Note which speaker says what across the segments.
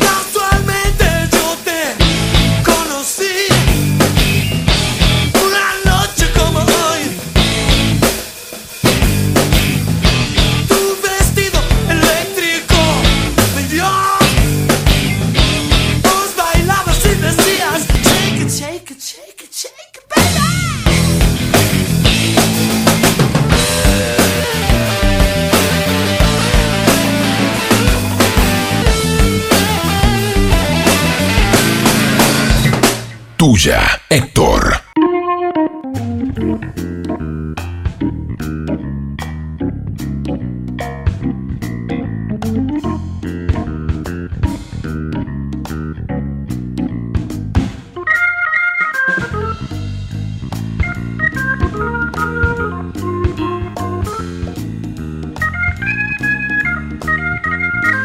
Speaker 1: Casualmente yo te conocí una noche como hoy. Tu vestido eléctrico me dio. Vos bailabas y decías shake it, shake it, shake it, shake it, baby.
Speaker 2: Tuya, Héctor.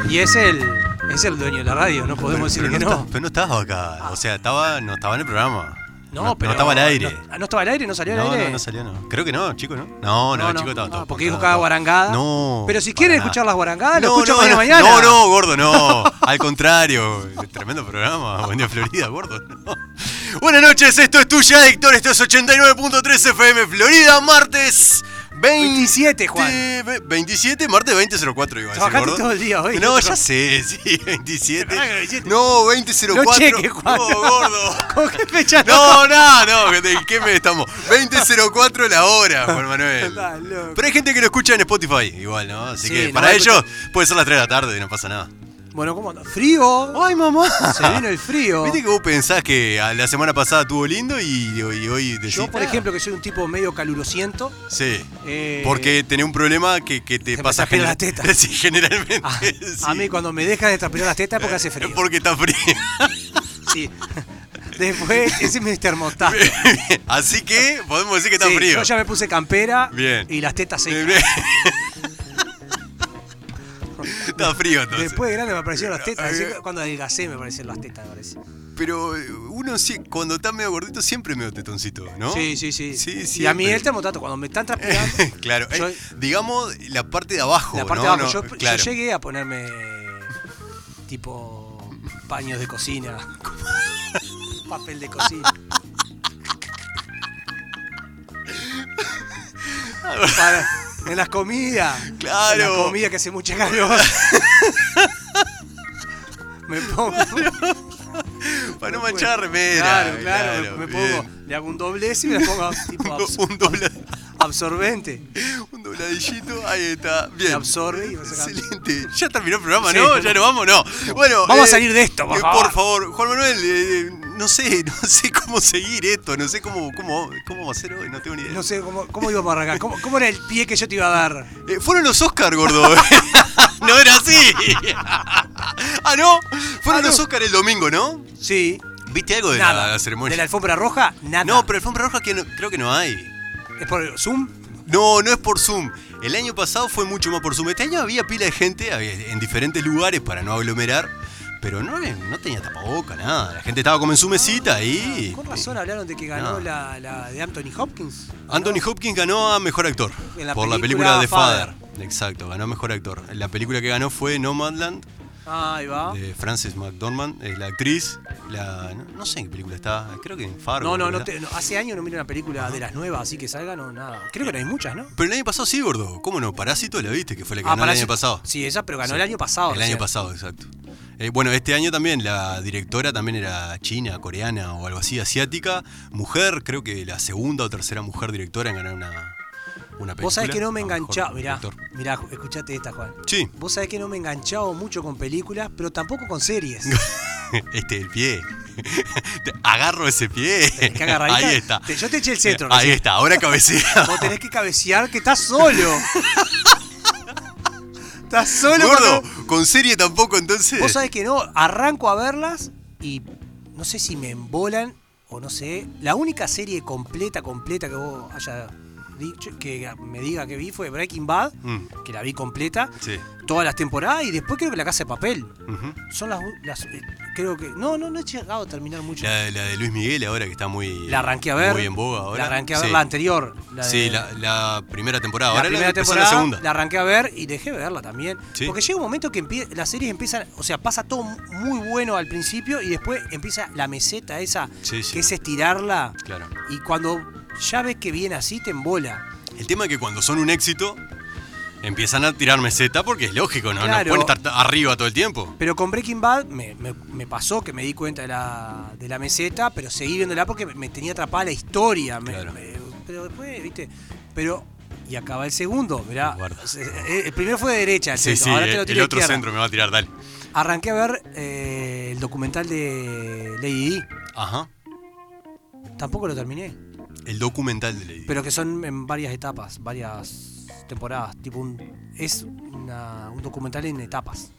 Speaker 3: Y es el, es el dueño de la radio, no podemos
Speaker 4: pero,
Speaker 3: decirle que
Speaker 4: no
Speaker 3: no.
Speaker 4: está- pero no estaba acá. O sea, estaba, no estaba en el programa.
Speaker 3: No, pero.
Speaker 4: estaba al aire.
Speaker 3: No, no estaba al aire, no salió
Speaker 4: No,
Speaker 3: al
Speaker 4: no,
Speaker 3: aire.
Speaker 4: no salió, no. Creo que no, chico, ¿no? No, no,
Speaker 3: No,
Speaker 4: el
Speaker 3: no,
Speaker 4: chico estaba
Speaker 3: no,
Speaker 4: todo.
Speaker 3: porque dijo
Speaker 4: todo,
Speaker 3: cada
Speaker 4: todo.
Speaker 3: guarangada.
Speaker 4: No.
Speaker 3: Pero si
Speaker 4: para
Speaker 3: quieren
Speaker 4: nada.
Speaker 3: escuchar las guarangadas, lo
Speaker 4: No,
Speaker 3: escuchan
Speaker 4: no,
Speaker 3: mañana
Speaker 4: no,
Speaker 3: mañana.
Speaker 4: No, no, gordo, no. Al contrario. Tremendo programa. Buen día, Florida, gordo. no. Buenas noches, esto es tuya, Héctor. Esto es 89.3 FM Florida, martes 20
Speaker 3: 27, Juan.
Speaker 4: 27, martes 2004 iba a decir,
Speaker 3: Trabajaste
Speaker 4: gordo.
Speaker 3: todo el día hoy,
Speaker 4: No,
Speaker 3: otro.
Speaker 4: ya sé, sí, 27.
Speaker 3: Trabajaste 27.
Speaker 4: No, 2004.
Speaker 3: No cheque, Juan.
Speaker 4: No, gordo.
Speaker 3: ¿Con qué fecha
Speaker 4: No, no, no, ¿de qué mes estamos? 20.04 la hora, Juan Manuel.
Speaker 3: Está loco.
Speaker 4: Pero hay gente que lo escucha en Spotify, igual, ¿no? Así
Speaker 3: Sí,
Speaker 4: que
Speaker 3: no,
Speaker 4: para
Speaker 3: hay
Speaker 4: ellos puede ser las 3 de la tarde y no pasa nada.
Speaker 3: Bueno, ¿cómo anda? Frío.
Speaker 4: ¡Ay, mamá!
Speaker 3: Se vino el frío.
Speaker 4: Ah. Viste que vos pensás que a la semana pasada estuvo lindo y, y hoy decís.
Speaker 3: Yo, por
Speaker 4: "Ah,
Speaker 3: ejemplo, que soy un tipo medio calurosiento.
Speaker 4: Sí.
Speaker 3: eh,
Speaker 4: Porque tenés un problema que, que te
Speaker 3: que me
Speaker 4: pasa
Speaker 3: transpira
Speaker 4: gener-
Speaker 3: la teta.
Speaker 4: Sí, generalmente.
Speaker 3: A,
Speaker 4: sí.
Speaker 3: a mí cuando me dejan de transpirar las tetas es porque hace frío.
Speaker 4: Porque está frío.
Speaker 3: Sí. Después, ese es mi termostato.
Speaker 4: Así que podemos decir que está
Speaker 3: Sí,
Speaker 4: frío.
Speaker 3: Yo ya me puse campera
Speaker 4: Bien.
Speaker 3: y las tetas
Speaker 4: Eh,
Speaker 3: secas.
Speaker 4: bien. está frío entonces.
Speaker 3: Después de grande me aparecieron las tetas.
Speaker 4: Eh,
Speaker 3: así que Cuando adelgacé me aparecieron las tetas, me parece.
Speaker 4: Pero eh, uno sí, cuando está medio gordito siempre medio tetoncito, ¿no?
Speaker 3: Sí, sí, sí.
Speaker 4: Sí,
Speaker 3: y a mí
Speaker 4: siempre.
Speaker 3: el termotato, cuando me están transpirando.
Speaker 4: claro. eh,
Speaker 3: yo-
Speaker 4: digamos la parte de abajo.
Speaker 3: la parte
Speaker 4: ¿no?
Speaker 3: de abajo.
Speaker 4: No,
Speaker 3: yo, yo
Speaker 4: claro.
Speaker 3: llegué a ponerme eh, tipo paños de cocina. papel de cocina. Para- en las comidas.
Speaker 4: Claro.
Speaker 3: En las comidas que hace mucha calor. me pongo.
Speaker 4: Para no
Speaker 3: me
Speaker 4: manchar
Speaker 3: pongo-
Speaker 4: remera.
Speaker 3: Claro, claro. me, me
Speaker 4: bien.
Speaker 3: pongo. Le hago un doblez y me la pongo tipo abs-
Speaker 4: Un, dobla-
Speaker 3: absorbente.
Speaker 4: un dobladillito, ahí está. Bien.
Speaker 3: Te absorbe y vas sacando.
Speaker 4: Excelente. Ya terminó el programa,
Speaker 3: Sí.
Speaker 4: ¿no? Ya nos vamos, no. Bueno.
Speaker 3: Vamos a salir de esto, por
Speaker 4: eh,
Speaker 3: favor.
Speaker 4: Por favor, Juan Manuel, eh, no sé, no sé cómo seguir esto, no sé cómo, cómo, cómo va a ser hoy, no tengo ni idea.
Speaker 3: No sé cómo, cómo íbamos a arrancar. ¿Cómo, ¿Cómo era el pie que yo te iba a dar?
Speaker 4: Eh, fueron los Oscar, gordo. no era así. ah, no.
Speaker 3: Ah,
Speaker 4: Fueron
Speaker 3: no.
Speaker 4: los Oscar el domingo, ¿no?
Speaker 3: Sí.
Speaker 4: ¿Viste algo de la-
Speaker 3: Nada.
Speaker 4: la, ceremonia?
Speaker 3: ¿De la alfombra roja? Nada.
Speaker 4: no, pero alfombra roja que no- creo que no hay.
Speaker 3: ¿Es por Zoom?
Speaker 4: No, no es por Zoom. El año pasado fue mucho más por Zoom. Este año había pila de gente había- en diferentes lugares para no aglomerar, pero no, no tenía tapaboca, nada. La gente estaba como en su mesita ahí.
Speaker 3: Ah, Con razón hablaron de que ganó
Speaker 4: No.
Speaker 3: la, la de Anthony Hopkins.
Speaker 4: Anthony Hopkins ganó a Mejor Actor
Speaker 3: En la
Speaker 4: por la
Speaker 3: película
Speaker 4: película de
Speaker 3: Father.
Speaker 4: Father. Exacto, ganó a Mejor Actor. La película que ganó fue Nomadland,
Speaker 3: Ahí va.
Speaker 4: de Frances McDormand, es la actriz. La, no, no sé en qué película está, creo que en Fargo.
Speaker 3: No, no,
Speaker 4: creo
Speaker 3: no,
Speaker 4: que
Speaker 3: te- no, Hace años no miro una película de las nuevas, así que salgan o nada. Creo que no hay muchas, ¿no?
Speaker 4: está. Pero el año pasado sí, gordo. ¿Cómo no? Parásito la viste, que fue la que ganó el
Speaker 3: Ah, Parásito- Oh,
Speaker 4: año pasado.
Speaker 3: Sí, esa, pero ganó
Speaker 4: Sí.
Speaker 3: el año pasado.
Speaker 4: El
Speaker 3: recién.
Speaker 4: año pasado, exacto. Eh, bueno, este año también la directora también era china, coreana o algo así, asiática. Mujer, creo que la segunda o tercera mujer directora en ganar una, una película.
Speaker 3: Vos sabés que no me
Speaker 4: a mejor
Speaker 3: enganchaba. Mirá,
Speaker 4: director.
Speaker 3: mirá, ju- escuchate esta, Juan.
Speaker 4: Sí,
Speaker 3: Vos sabés que no me he enganchado mucho con películas, pero tampoco con series.
Speaker 4: este el pie. Te- Agarro ese pie.
Speaker 3: Tenés que agarrar
Speaker 4: Ahí
Speaker 3: esta-
Speaker 4: está.
Speaker 3: te- yo te eché el centro.
Speaker 4: Ahí está, ahora cabecea.
Speaker 3: Vos tenés que cabecear que estás solo. Estás solo
Speaker 4: Gordo,
Speaker 3: cuando-
Speaker 4: con serie tampoco entonces.
Speaker 3: Vos sabés que no, arranco a verlas y no sé si me embolan o no sé. La única serie completa, completa que vos haya dicho, que me diga que vi fue Breaking Bad,
Speaker 4: Mm.
Speaker 3: que la vi completa,
Speaker 4: Sí.
Speaker 3: todas las temporadas y después creo que La Casa de Papel.
Speaker 4: Ujú.
Speaker 3: Son las, las- eh, creo que no, no, no he llegado a terminar mucho. La,
Speaker 4: La, la de Luis Miguel ahora que está muy.
Speaker 3: arranqué a ver.
Speaker 4: Muy en boga ahora.
Speaker 3: La arranqué a ver
Speaker 4: Sí.
Speaker 3: la anterior. La de-
Speaker 4: Sí, la, la primera temporada.
Speaker 3: la
Speaker 4: ahora
Speaker 3: primera
Speaker 4: la, empezó
Speaker 3: temporada.
Speaker 4: la segunda.
Speaker 3: La arranqué a ver y dejé verla también.
Speaker 4: Sí.
Speaker 3: Porque llega un momento que empie- las series empiezan, o sea, pasa todo muy bueno al principio y después empieza la meseta esa,
Speaker 4: Sí, sí.
Speaker 3: que es estirarla.
Speaker 4: Claro.
Speaker 3: Y cuando ya ves que viene así, te embola.
Speaker 4: El tema es que cuando son un éxito, empiezan a tirar meseta porque es lógico, ¿no?
Speaker 3: Claro.
Speaker 4: No pueden estar t- arriba todo el tiempo.
Speaker 3: Pero con Breaking Bad me, me- me pasó que me di cuenta de la, de la meseta, pero seguí viéndola porque me tenía atrapada la historia. me-
Speaker 4: Claro.
Speaker 3: me- pero después, viste, pero... Y acaba el segundo, mirá.
Speaker 4: Guarda.
Speaker 3: Eh, El primero fue de derecha, el
Speaker 4: Sí,
Speaker 3: centro,
Speaker 4: sí,
Speaker 3: ahora te lo
Speaker 4: el,
Speaker 3: tiro de
Speaker 4: otro
Speaker 3: izquierda.
Speaker 4: centro me va a tirar, dale.
Speaker 3: Arranqué a ver eh, el documental de Lady Di.
Speaker 4: Ajá.
Speaker 3: Tampoco lo terminé.
Speaker 4: El documental de Lady.
Speaker 3: Pero que son en varias etapas, varias temporadas. Tipo un, es una- un documental en etapas.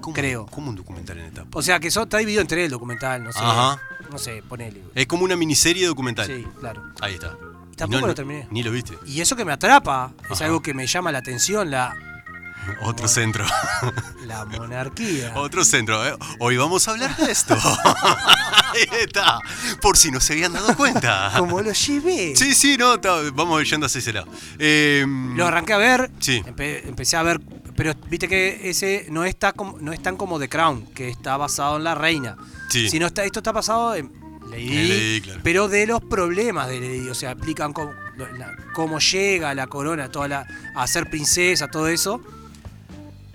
Speaker 4: ¿Cómo-
Speaker 3: creo.
Speaker 4: ¿Cómo un documental en etapa?
Speaker 3: O sea que son, está dividido en tres el documental, no sé.
Speaker 4: Ajá.
Speaker 3: No sé, ponele.
Speaker 4: Es como una miniserie documental.
Speaker 3: Sí, claro.
Speaker 4: Ahí está.
Speaker 3: Tampoco lo
Speaker 4: No, ni-
Speaker 3: terminé.
Speaker 4: Ni lo viste.
Speaker 3: Y eso que me atrapa, es
Speaker 4: Ajá.
Speaker 3: algo que me llama la atención, la,
Speaker 4: Otro centro.
Speaker 3: la monarquía.
Speaker 4: Otro centro. ¿eh? Hoy vamos a hablar de esto. Ahí está. Por si no se habían dado cuenta.
Speaker 3: Como lo llevé.
Speaker 4: Sí, sí, no, está- vamos yendo hacia ese lado. Eh,
Speaker 3: Lo arranqué a ver,
Speaker 4: Sí.
Speaker 3: empe- empecé a ver, pero viste que ese no está como, no es tan como The Crown, que está basado en la reina.
Speaker 4: Sí.
Speaker 3: Sino está, esto está basado en Lady,
Speaker 4: En Lady,
Speaker 3: Di,
Speaker 4: claro.
Speaker 3: pero de los problemas de Lady, Di, o sea, aplican cómo, lo- la- cómo llega la corona, toda la, a ser princesa, todo eso.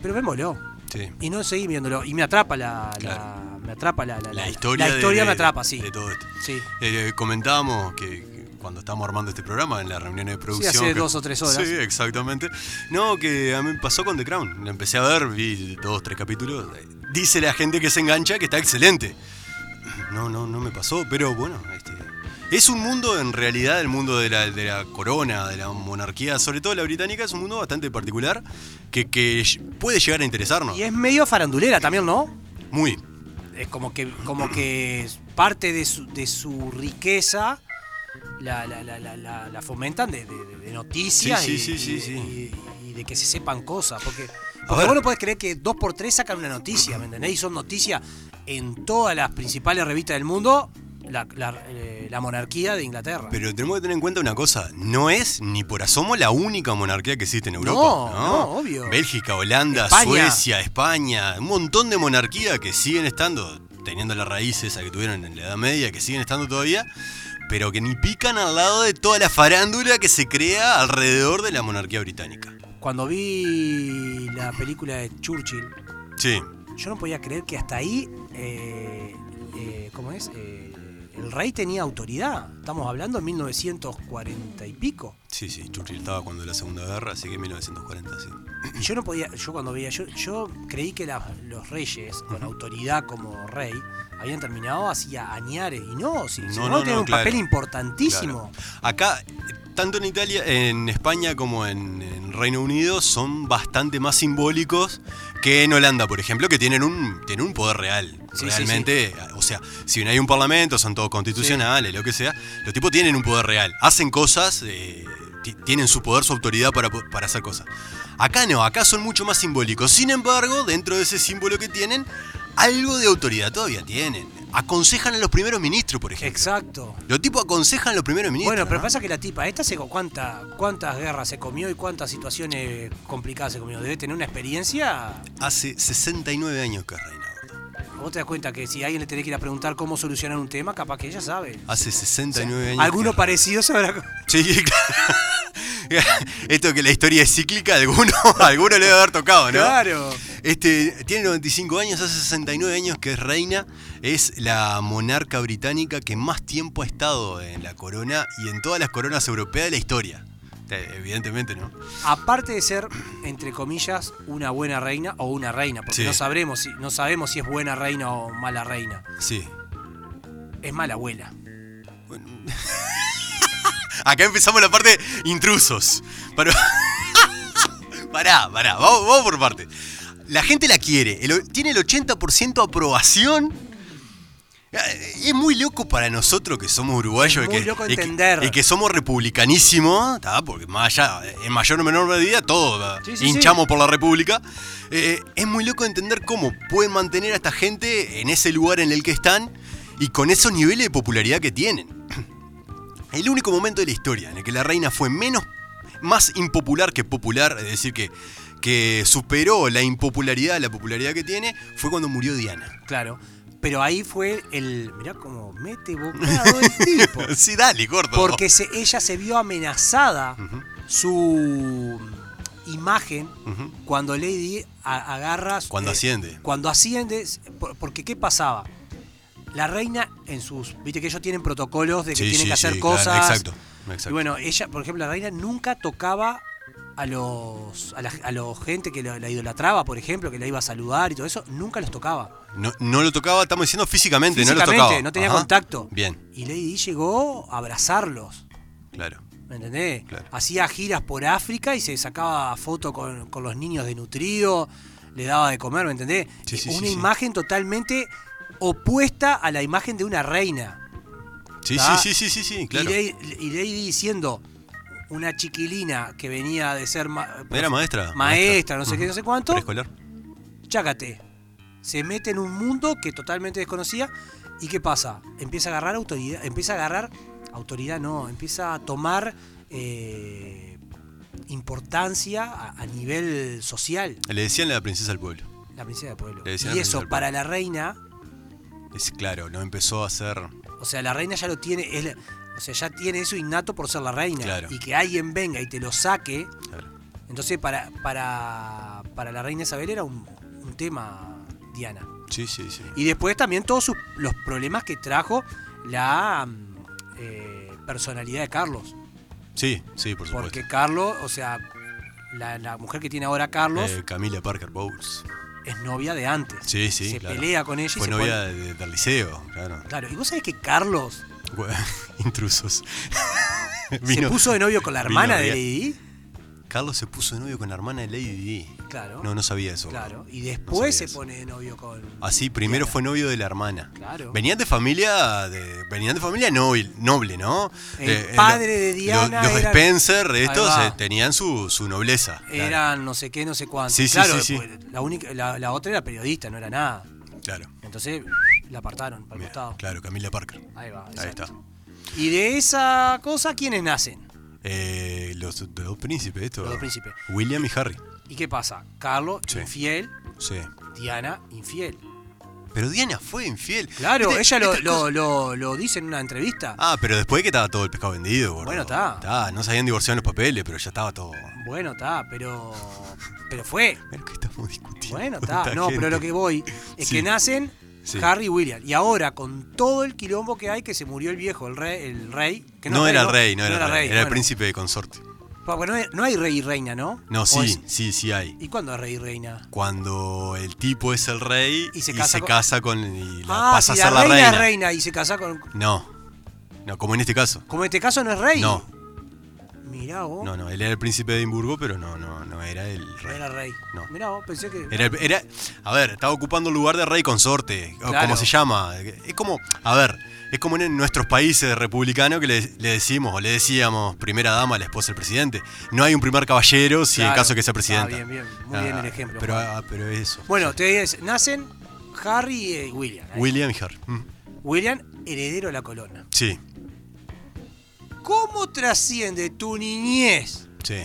Speaker 3: Pero me moló.
Speaker 4: sí.
Speaker 3: Y no seguí viéndolo. Y me atrapa la. la-
Speaker 4: Claro.
Speaker 3: me atrapa la, la,
Speaker 4: La historia,
Speaker 3: La historia
Speaker 4: de-
Speaker 3: me
Speaker 4: de-
Speaker 3: atrapa, sí.
Speaker 4: De todo esto.
Speaker 3: Sí.
Speaker 4: Eh, comentábamos que, que cuando estábamos armando este programa en la reunión de producción.
Speaker 3: hace
Speaker 4: que-
Speaker 3: dos o tres horas.
Speaker 4: Sí, exactamente. No, que a mí me pasó con The Crown. La empecé a ver, vi dos, tres capítulos. Eh, Dice la gente que se engancha que está excelente. No, no, no me pasó, pero bueno, este. Es un mundo, en realidad, el mundo de la, de la corona, de la monarquía, sobre todo la británica, es un mundo bastante particular que, que puede llegar a interesarnos.
Speaker 3: Y es medio farandulera también, ¿no?
Speaker 4: Muy.
Speaker 3: es eh, como que como que es parte de su, de su riqueza la, la- la- la- la- la fomentan de, de- de noticias
Speaker 4: Sí, sí,
Speaker 3: y,
Speaker 4: sí,
Speaker 3: y-
Speaker 4: sí,
Speaker 3: y- y de que se sepan cosas porque,
Speaker 4: ver.
Speaker 3: porque vos no podés creer que dos por tres sacan una noticia ¿me entendés? y son noticias en todas las principales revistas del mundo la, la- eh, la monarquía de Inglaterra
Speaker 4: Pero tenemos que tener en cuenta una cosa, no es ni por asomo la única monarquía que existe en Europa.
Speaker 3: No, no, obvio.
Speaker 4: Bélgica, Holanda,
Speaker 3: España.
Speaker 4: Suecia, España, un montón de monarquías que siguen estando, teniendo las raíces a que tuvieron en la Edad Media, que siguen estando todavía, pero que ni pican al lado de toda la farándula que se crea alrededor de la monarquía británica.
Speaker 3: cuando vi la película de Churchill
Speaker 4: Sí,
Speaker 3: Yo no podía creer que hasta ahí, eh, eh, ¿cómo es? Eh, el rey tenía autoridad. Estamos hablando de 1940 y pico.
Speaker 4: sí, sí, Churchill estaba cuando la Segunda Guerra, así que 1940, sí.
Speaker 3: Y Yo no podía, yo cuando veía, yo, yo creí que la- los reyes, con autoridad como rey, habían terminado hacía añares. Y no, si
Speaker 4: No,
Speaker 3: si no,
Speaker 4: no,
Speaker 3: tienen
Speaker 4: no,
Speaker 3: un
Speaker 4: claro.
Speaker 3: papel importantísimo.
Speaker 4: Claro. Acá, tanto en Italia, en España como en, en Reino Unido, son bastante más simbólicos que en Holanda, por ejemplo, que tienen un, tienen un poder real.
Speaker 3: Sí, sí,
Speaker 4: Realmente, o sea, si bien hay un parlamento, son todos constitucionales, lo que sea, los tipos tienen un poder real. Hacen cosas, eh, ti- tienen su poder, su autoridad para, po- para hacer cosas. Acá no, acá son mucho más simbólicos. Sin embargo, dentro de ese símbolo que tienen, algo de autoridad todavía tienen. Aconsejan a los primeros ministros, por ejemplo.
Speaker 3: Exacto.
Speaker 4: Los tipos aconsejan los primeros ministros.
Speaker 3: Bueno, pero
Speaker 4: ¿no?
Speaker 3: pasa que la tipa, esta se co- cuánta, cuántas guerras se comió y cuántas situaciones complicadas se comió. Debe tener una experiencia
Speaker 4: Hace 69 años que reina. gordo.
Speaker 3: Vos te das cuenta que si alguien le tenés que ir a preguntar cómo solucionar un tema, capaz que ella sabe.
Speaker 4: Hace 69 años.
Speaker 3: Alguno
Speaker 4: que-
Speaker 3: parecido se habrá.
Speaker 4: Sí, claro. Esto que la historia es cíclica, alguno, alguno le debe haber tocado, ¿no?
Speaker 3: Claro.
Speaker 4: Este, tiene 95 años, hace 69 años que es reina. Es la monarca británica que más tiempo ha estado en la corona y en todas las coronas europeas de la historia. Eh, Evidentemente, ¿no?
Speaker 3: Aparte de ser, entre comillas, una buena reina o una reina, porque
Speaker 4: Sí.
Speaker 3: no sabremos si, no sabemos si es buena reina o mala reina.
Speaker 4: Sí.
Speaker 3: Es mala abuela.
Speaker 4: Acá empezamos la parte intrusos. Para, pará, pará, vamos, vamos por partes. La gente la quiere, el o- tiene el 80% aprobación. Eh, Es muy loco para nosotros que somos uruguayos
Speaker 3: Es
Speaker 4: y
Speaker 3: muy
Speaker 4: que,
Speaker 3: loco
Speaker 4: y que-
Speaker 3: entender.
Speaker 4: Y, que, somos republicanísimos, ¿tá? porque más allá, eh, en mayor o menor medida todos
Speaker 3: Sí, sí,
Speaker 4: hinchamos por la república. Eh, es muy loco entender cómo pueden mantener a esta gente en ese lugar en el que están y con esos niveles de popularidad que tienen. El único momento de la historia en el que la reina fue menos más impopular que popular, es decir, que, que superó la impopularidad a la popularidad que tiene, fue cuando murió Diana.
Speaker 3: Claro. Pero ahí fue el. Mirá cómo mete bocado el tipo.
Speaker 4: Sí, dale, gordo.
Speaker 3: Porque se- ella se vio amenazada su imagen
Speaker 4: Ujú.
Speaker 3: cuando Lady a- agarra. su-
Speaker 4: Cuando
Speaker 3: eh,
Speaker 4: asciende.
Speaker 3: Cuando asciende, s- por- porque ¿qué pasaba? La reina en sus. Viste que ellos tienen protocolos de que
Speaker 4: Sí,
Speaker 3: tienen
Speaker 4: sí,
Speaker 3: que hacer
Speaker 4: sí, claro,
Speaker 3: cosas.
Speaker 4: exacto, exacto.
Speaker 3: Y bueno, ella, por ejemplo, la reina nunca tocaba a los. a la, a la gente que la, la idolatraba, por ejemplo, que la iba a saludar y todo eso, nunca los tocaba.
Speaker 4: no, no lo tocaba, estamos diciendo físicamente, no lo
Speaker 3: Físicamente,
Speaker 4: tocaba.
Speaker 3: no tenía
Speaker 4: Ajá.
Speaker 3: contacto.
Speaker 4: Bien,
Speaker 3: Y Lady Di llegó a abrazarlos.
Speaker 4: claro.
Speaker 3: ¿Me entendés?
Speaker 4: Claro.
Speaker 3: Hacía giras por África y se sacaba foto con, con los niños desnutridos, le daba de comer, ¿me entendés?
Speaker 4: Sí, sí,
Speaker 3: una
Speaker 4: sí, sí.
Speaker 3: imagen totalmente opuesta a la imagen de una reina.
Speaker 4: Sí,
Speaker 3: ¿tá?
Speaker 4: sí, sí, sí, sí, sí, claro.
Speaker 3: Ah. Y Lady, y Lady Di siendo una chiquilina que venía de ser ma-
Speaker 4: ¿No era maestra?
Speaker 3: maestra, no sé qué, no sé cuánto,
Speaker 4: Preescolar.
Speaker 3: chácate. Se mete en un mundo que totalmente desconocía y ¿qué pasa? Empieza a agarrar autoridad, empieza a agarrar autoridad, no, empieza a tomar eh, importancia a, a nivel social
Speaker 4: Le decían la princesa al pueblo.
Speaker 3: la princesa del pueblo.
Speaker 4: Le decían
Speaker 3: Y
Speaker 4: la princesa
Speaker 3: eso
Speaker 4: del
Speaker 3: para la reina,
Speaker 4: Es claro, no empezó a ser.
Speaker 3: o sea, la reina ya lo tiene, es la- o sea, ya tiene eso innato por ser la reina
Speaker 4: Claro.
Speaker 3: y que alguien venga y te lo saque,
Speaker 4: claro,
Speaker 3: entonces para para para la reina Isabel era un, un tema Diana.
Speaker 4: Sí, sí, sí.
Speaker 3: Y después también todos sus- los problemas que trajo la mm, eh, personalidad de Carlos.
Speaker 4: Sí, sí, por supuesto.
Speaker 3: Porque Carlos, o sea, la, la mujer que tiene ahora Carlos
Speaker 4: Eh, Camila Parker Bowles.
Speaker 3: es novia de antes.
Speaker 4: Sí, sí.
Speaker 3: Se
Speaker 4: claro.
Speaker 3: pelea con ella y
Speaker 4: Fue
Speaker 3: se
Speaker 4: novia
Speaker 3: pone-
Speaker 4: de- del liceo, claro.
Speaker 3: Claro, y vos sabés que Carlos
Speaker 4: Bueno, Intrusos.
Speaker 3: se
Speaker 4: Vino-
Speaker 3: puso de novio con la
Speaker 4: vino
Speaker 3: hermana de
Speaker 4: bien.
Speaker 3: Lady. Di,
Speaker 4: Carlos se puso de novio con la hermana de Lady Di.
Speaker 3: Claro.
Speaker 4: No, no sabía eso.
Speaker 3: Claro. Y
Speaker 4: sabía
Speaker 3: después se
Speaker 4: eso. Ah,
Speaker 3: pone de novio con.
Speaker 4: Así, primero
Speaker 3: Diana.
Speaker 4: fue novio de la hermana.
Speaker 3: Claro.
Speaker 4: Venían de familia, de, venían de familia noble, noble ¿no?
Speaker 3: El
Speaker 4: De- eh,
Speaker 3: padre
Speaker 4: lo-
Speaker 3: de Diana
Speaker 4: Los, los
Speaker 3: era-
Speaker 4: Spencer, estos
Speaker 3: va.
Speaker 4: eh, tenían su, su nobleza. claro,
Speaker 3: Eran no sé qué, no sé cuánto.
Speaker 4: Sí, sí,
Speaker 3: claro,
Speaker 4: sí, sí.
Speaker 3: pues, La, única, la, la otra era periodista, no era nada.
Speaker 4: Claro.
Speaker 3: Entonces la apartaron para el
Speaker 4: Bien,
Speaker 3: costado.
Speaker 4: claro, Camila Parker.
Speaker 3: Ahí va.
Speaker 4: Ahí
Speaker 3: exacto.
Speaker 4: está.
Speaker 3: Y de esa cosa, ¿quiénes nacen?
Speaker 4: Eh, los, los dos príncipes, esto.
Speaker 3: Los dos príncipes.
Speaker 4: William y Harry.
Speaker 3: ¿Y qué pasa? Carlos,
Speaker 4: Sí.
Speaker 3: infiel,
Speaker 4: Sí.
Speaker 3: Diana, infiel.
Speaker 4: Pero Diana fue infiel.
Speaker 3: Claro,
Speaker 4: Viste,
Speaker 3: ella lo,
Speaker 4: estas
Speaker 3: lo-
Speaker 4: cosas-
Speaker 3: lo- lo dice en una entrevista.
Speaker 4: Este, Ah, pero después que estaba todo el pescado vendido, gordo.
Speaker 3: Bueno, está.
Speaker 4: No se habían divorciado en los papeles, pero ya estaba todo.
Speaker 3: Bueno, está, pero. Pero fue.
Speaker 4: Mira que estamos discutiendo.
Speaker 3: Bueno,
Speaker 4: esta
Speaker 3: está. No, pero
Speaker 4: gente.
Speaker 3: lo que voy es
Speaker 4: Sí.
Speaker 3: que nacen
Speaker 4: Sí.
Speaker 3: Harry y William. Y ahora, con todo el quilombo que hay, que se murió el viejo, el rey. El rey que
Speaker 4: No,
Speaker 3: es
Speaker 4: era el rey, no, era, el rey. Era el
Speaker 3: bueno.
Speaker 4: príncipe de consorte.
Speaker 3: Pa- bueno, no hay- no hay rey y reina, ¿no?
Speaker 4: No,
Speaker 3: ¿O
Speaker 4: sí,
Speaker 3: es-
Speaker 4: sí, sí hay.
Speaker 3: ¿Y cuándo es rey y reina?
Speaker 4: Cuando el tipo es el rey
Speaker 3: Y se casa con-
Speaker 4: con... y
Speaker 3: ah,
Speaker 4: la pasa
Speaker 3: si
Speaker 4: a
Speaker 3: la
Speaker 4: ser la
Speaker 3: reina,
Speaker 4: reina.
Speaker 3: es reina y se casa con.
Speaker 4: No. No, como en este caso.
Speaker 3: Como en este caso no es rey. Oh.
Speaker 4: No,
Speaker 3: Mirá vos.
Speaker 4: no, no. Él era el príncipe de Edimburgo, pero no, no, no era el
Speaker 3: No
Speaker 4: rey.
Speaker 3: era rey.
Speaker 4: No.
Speaker 3: Mirá vos, pensé que.
Speaker 4: Era, era- a ver, estaba ocupando el lugar de rey consorte, o
Speaker 3: Claro.
Speaker 4: como se llama. Es como, a ver, es como en nuestros países republicanos que le, le decimos o le decíamos primera dama a la esposa del presidente. No hay un primer caballero si en
Speaker 3: Claro.
Speaker 4: caso que sea
Speaker 3: Ah,
Speaker 4: presidente.
Speaker 3: bien, bien. Muy bien el ejemplo,
Speaker 4: Pero,
Speaker 3: Juan.
Speaker 4: ah, pero eso.
Speaker 3: Bueno, ustedes nacen Harry y William. ¿eh?
Speaker 4: William y Harry. Mm,
Speaker 3: William, heredero de la corona.
Speaker 4: Sí,
Speaker 3: ¿Cómo trasciende tu niñez,
Speaker 4: sí.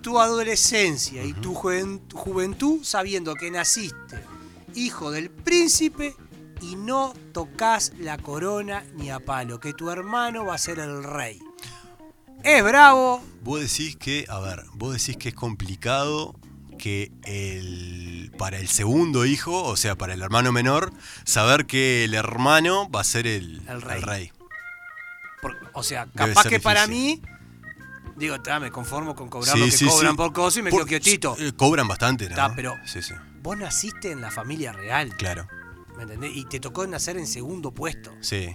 Speaker 3: tu adolescencia y tu juven- juventud sabiendo que naciste hijo del príncipe y no tocas la corona ni a palo, que tu hermano va a ser el rey? Es bravo,
Speaker 4: Vos decís que, a ver, vos decís que es complicado que el para el segundo hijo, o sea, para el hermano menor, saber que el hermano va a ser el,
Speaker 3: El rey.
Speaker 4: El rey.
Speaker 3: por- o sea,
Speaker 4: Debe
Speaker 3: capaz
Speaker 4: ser
Speaker 3: que para
Speaker 4: difícil.
Speaker 3: mí, digo, ta, me conformo con cobrar
Speaker 4: Sí,
Speaker 3: lo que
Speaker 4: sí,
Speaker 3: cobran
Speaker 4: sí.
Speaker 3: por coso y me
Speaker 4: Por-
Speaker 3: quedo quietito.
Speaker 4: eh, cobran bastante, ¿no?
Speaker 3: Ta, pero-
Speaker 4: Sí, sí,
Speaker 3: Vos naciste en la familia real.
Speaker 4: claro.
Speaker 3: ¿Me entendés? Y te tocó nacer en segundo puesto.
Speaker 4: Sí.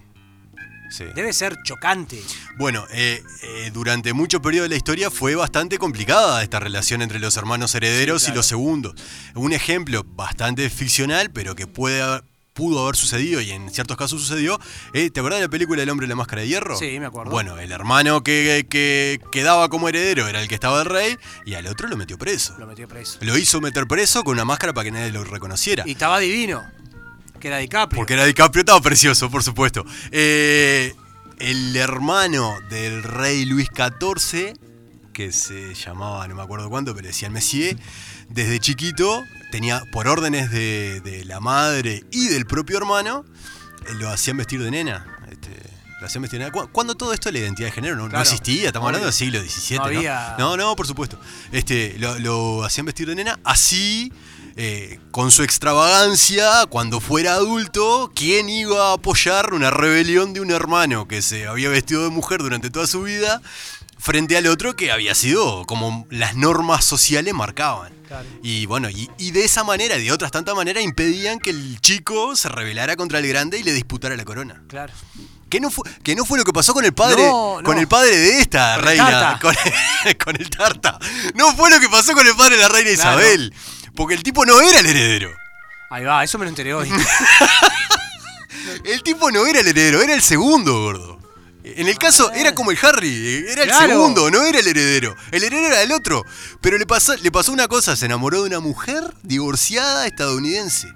Speaker 4: Sí.
Speaker 3: Debe ser chocante.
Speaker 4: Bueno, eh, eh, durante mucho periodo de la historia fue bastante complicada esta relación entre los hermanos herederos y los segundos. Un ejemplo bastante ficcional, pero que puede haber- pudo haber sucedido y en ciertos casos sucedió. eh, ¿Te acuerdas de la película El hombre de la máscara de hierro?
Speaker 3: Sí, me acuerdo.
Speaker 4: Bueno, el hermano que, que quedaba como heredero era el que estaba el rey y al otro lo metió preso.
Speaker 3: Lo metió preso.
Speaker 4: Lo hizo meter preso con una máscara para que nadie lo reconociera.
Speaker 3: Y estaba divino. Que era DiCaprio.
Speaker 4: Porque era DiCaprio, estaba precioso, por supuesto. Eh, el hermano del rey Luis XIV, que se llamaba, no me acuerdo cuánto, pero le decían Messier, desde chiquito tenía, por órdenes de, de la madre y del propio hermano, eh, lo hacían vestir de nena. Este, lo hacían vestir de nena. Cu- Cuando todo esto de la identidad de género no, no
Speaker 3: Claro.
Speaker 4: existía, estamos hablando del siglo XVII,
Speaker 3: No
Speaker 4: ¿no?
Speaker 3: había-
Speaker 4: No, no, por supuesto. Este, lo, lo hacían vestir de nena. Así, eh, con su extravagancia, cuando fuera adulto, ¿quién iba a apoyar una rebelión de un hermano que se había vestido de mujer durante toda su vida frente al otro que había sido como las normas sociales marcaban?
Speaker 3: Claro.
Speaker 4: Y bueno, y, y de esa manera y de otras tantas maneras impedían que el chico se rebelara contra el grande y le disputara la corona.
Speaker 3: Claro.
Speaker 4: Que no fue, que no fue lo que pasó con el padre,
Speaker 3: No, no.
Speaker 4: con el padre de esta
Speaker 3: Con el
Speaker 4: reina,
Speaker 3: Tarta.
Speaker 4: con el, con el tarta. No fue lo que pasó con el padre de la reina
Speaker 3: Claro.
Speaker 4: Isabel, porque el tipo no era el heredero.
Speaker 3: Ahí va, eso me lo enteré hoy.
Speaker 4: El tipo no era el heredero, era el segundo, gordo. En el caso, era como el Harry, era el
Speaker 3: Claro.
Speaker 4: segundo, no era el heredero. El heredero era el otro. Pero le pasó, le pasó una cosa, se enamoró de una mujer divorciada estadounidense.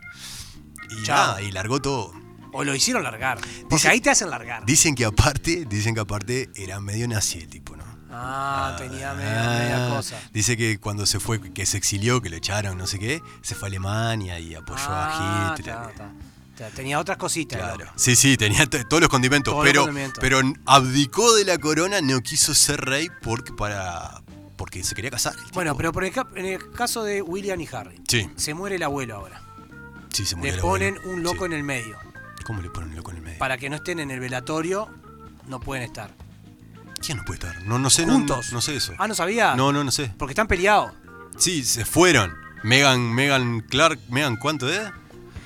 Speaker 4: Y
Speaker 3: Chao.
Speaker 4: nada, y largó todo.
Speaker 3: o lo hicieron largar. Porque
Speaker 4: Dice-
Speaker 3: ahí te hacen largar.
Speaker 4: Dicen que aparte, dicen que aparte era medio nazi el tipo, ¿no?
Speaker 3: Ah, tenía media,
Speaker 4: Ah,
Speaker 3: media cosa.
Speaker 4: Dice que cuando se fue, que se exilió, que lo echaron, no sé qué, se fue a Alemania y apoyó
Speaker 3: Ah,
Speaker 4: a Hitler.
Speaker 3: ta, ta. Ta, Tenía otras cositas.
Speaker 4: Claro.
Speaker 3: ¿no?
Speaker 4: Sí, sí, tenía t- todos los condimentos,
Speaker 3: Todos los
Speaker 4: pero,
Speaker 3: condimentos.
Speaker 4: pero abdicó de la corona, no quiso ser rey porque, para, porque se quería casar. el tipo.
Speaker 3: Bueno, pero por el cap- en el caso de William y Harry,
Speaker 4: Sí.
Speaker 3: se muere el abuelo ahora.
Speaker 4: Sí, se murió
Speaker 3: Le
Speaker 4: el
Speaker 3: ponen
Speaker 4: abuelo.
Speaker 3: un loco
Speaker 4: Sí.
Speaker 3: en el medio.
Speaker 4: ¿Cómo le ponen un loco en el medio?
Speaker 3: Para que no estén en el velatorio, no pueden estar.
Speaker 4: ¿Quién no puede estar? No, no sé, no-
Speaker 3: Juntos.
Speaker 4: No, sé eso.
Speaker 3: Ah, no sabía.
Speaker 4: No, no, no sé.
Speaker 3: Porque están peleados.
Speaker 4: Sí, se fueron. Megan, Megan Clark, Megan, ¿cuánto es?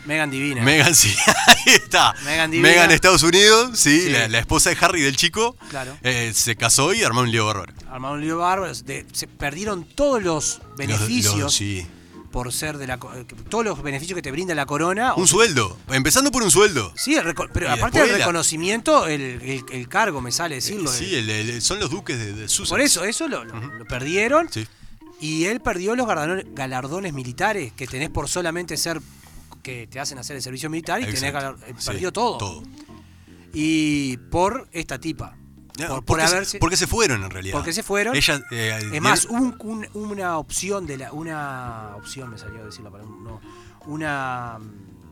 Speaker 3: Megan divina.
Speaker 4: Megan, sí, ahí está.
Speaker 3: Megan
Speaker 4: Megan,
Speaker 3: divina.
Speaker 4: Estados Unidos, sí,
Speaker 3: Sí.
Speaker 4: La, la esposa de Harry del chico.
Speaker 3: Claro.
Speaker 4: eh, se casó y armó un lío bárbaro.
Speaker 3: Armaron un lío bárbaro. de- se perdieron todos los beneficios
Speaker 4: Los- los- sí.
Speaker 3: por ser de la. co- eh, Todos los beneficios que te brinda la corona.
Speaker 4: Un sueldo. Empezando por un sueldo.
Speaker 3: Sí, el reco- pero
Speaker 4: Y
Speaker 3: aparte
Speaker 4: después
Speaker 3: del
Speaker 4: la- Eh,
Speaker 3: reconocimiento, el, el- el cargo me sale decirlo.
Speaker 4: Sí, el- el- son los duques de, de Sussex.
Speaker 3: Por eso, eh, eso lo, lo- lo perdieron.
Speaker 4: Sí.
Speaker 3: Y él perdió los galardones, galardones militares que tenés por solamente ser que te hacen hacer el servicio militar y tenés
Speaker 4: Exacto.
Speaker 3: galar- eh,
Speaker 4: Sí,
Speaker 3: perdió todo.
Speaker 4: Todo.
Speaker 3: Y por esta tipa.
Speaker 4: Ya,
Speaker 3: por, por
Speaker 4: porque, se-
Speaker 3: haberse-
Speaker 4: porque se fueron en realidad.
Speaker 3: Porque se fueron.
Speaker 4: Ella, eh,
Speaker 3: es más, hubo un- un- una opción de la. Una opción, me salió a decir la palabra. No. Una.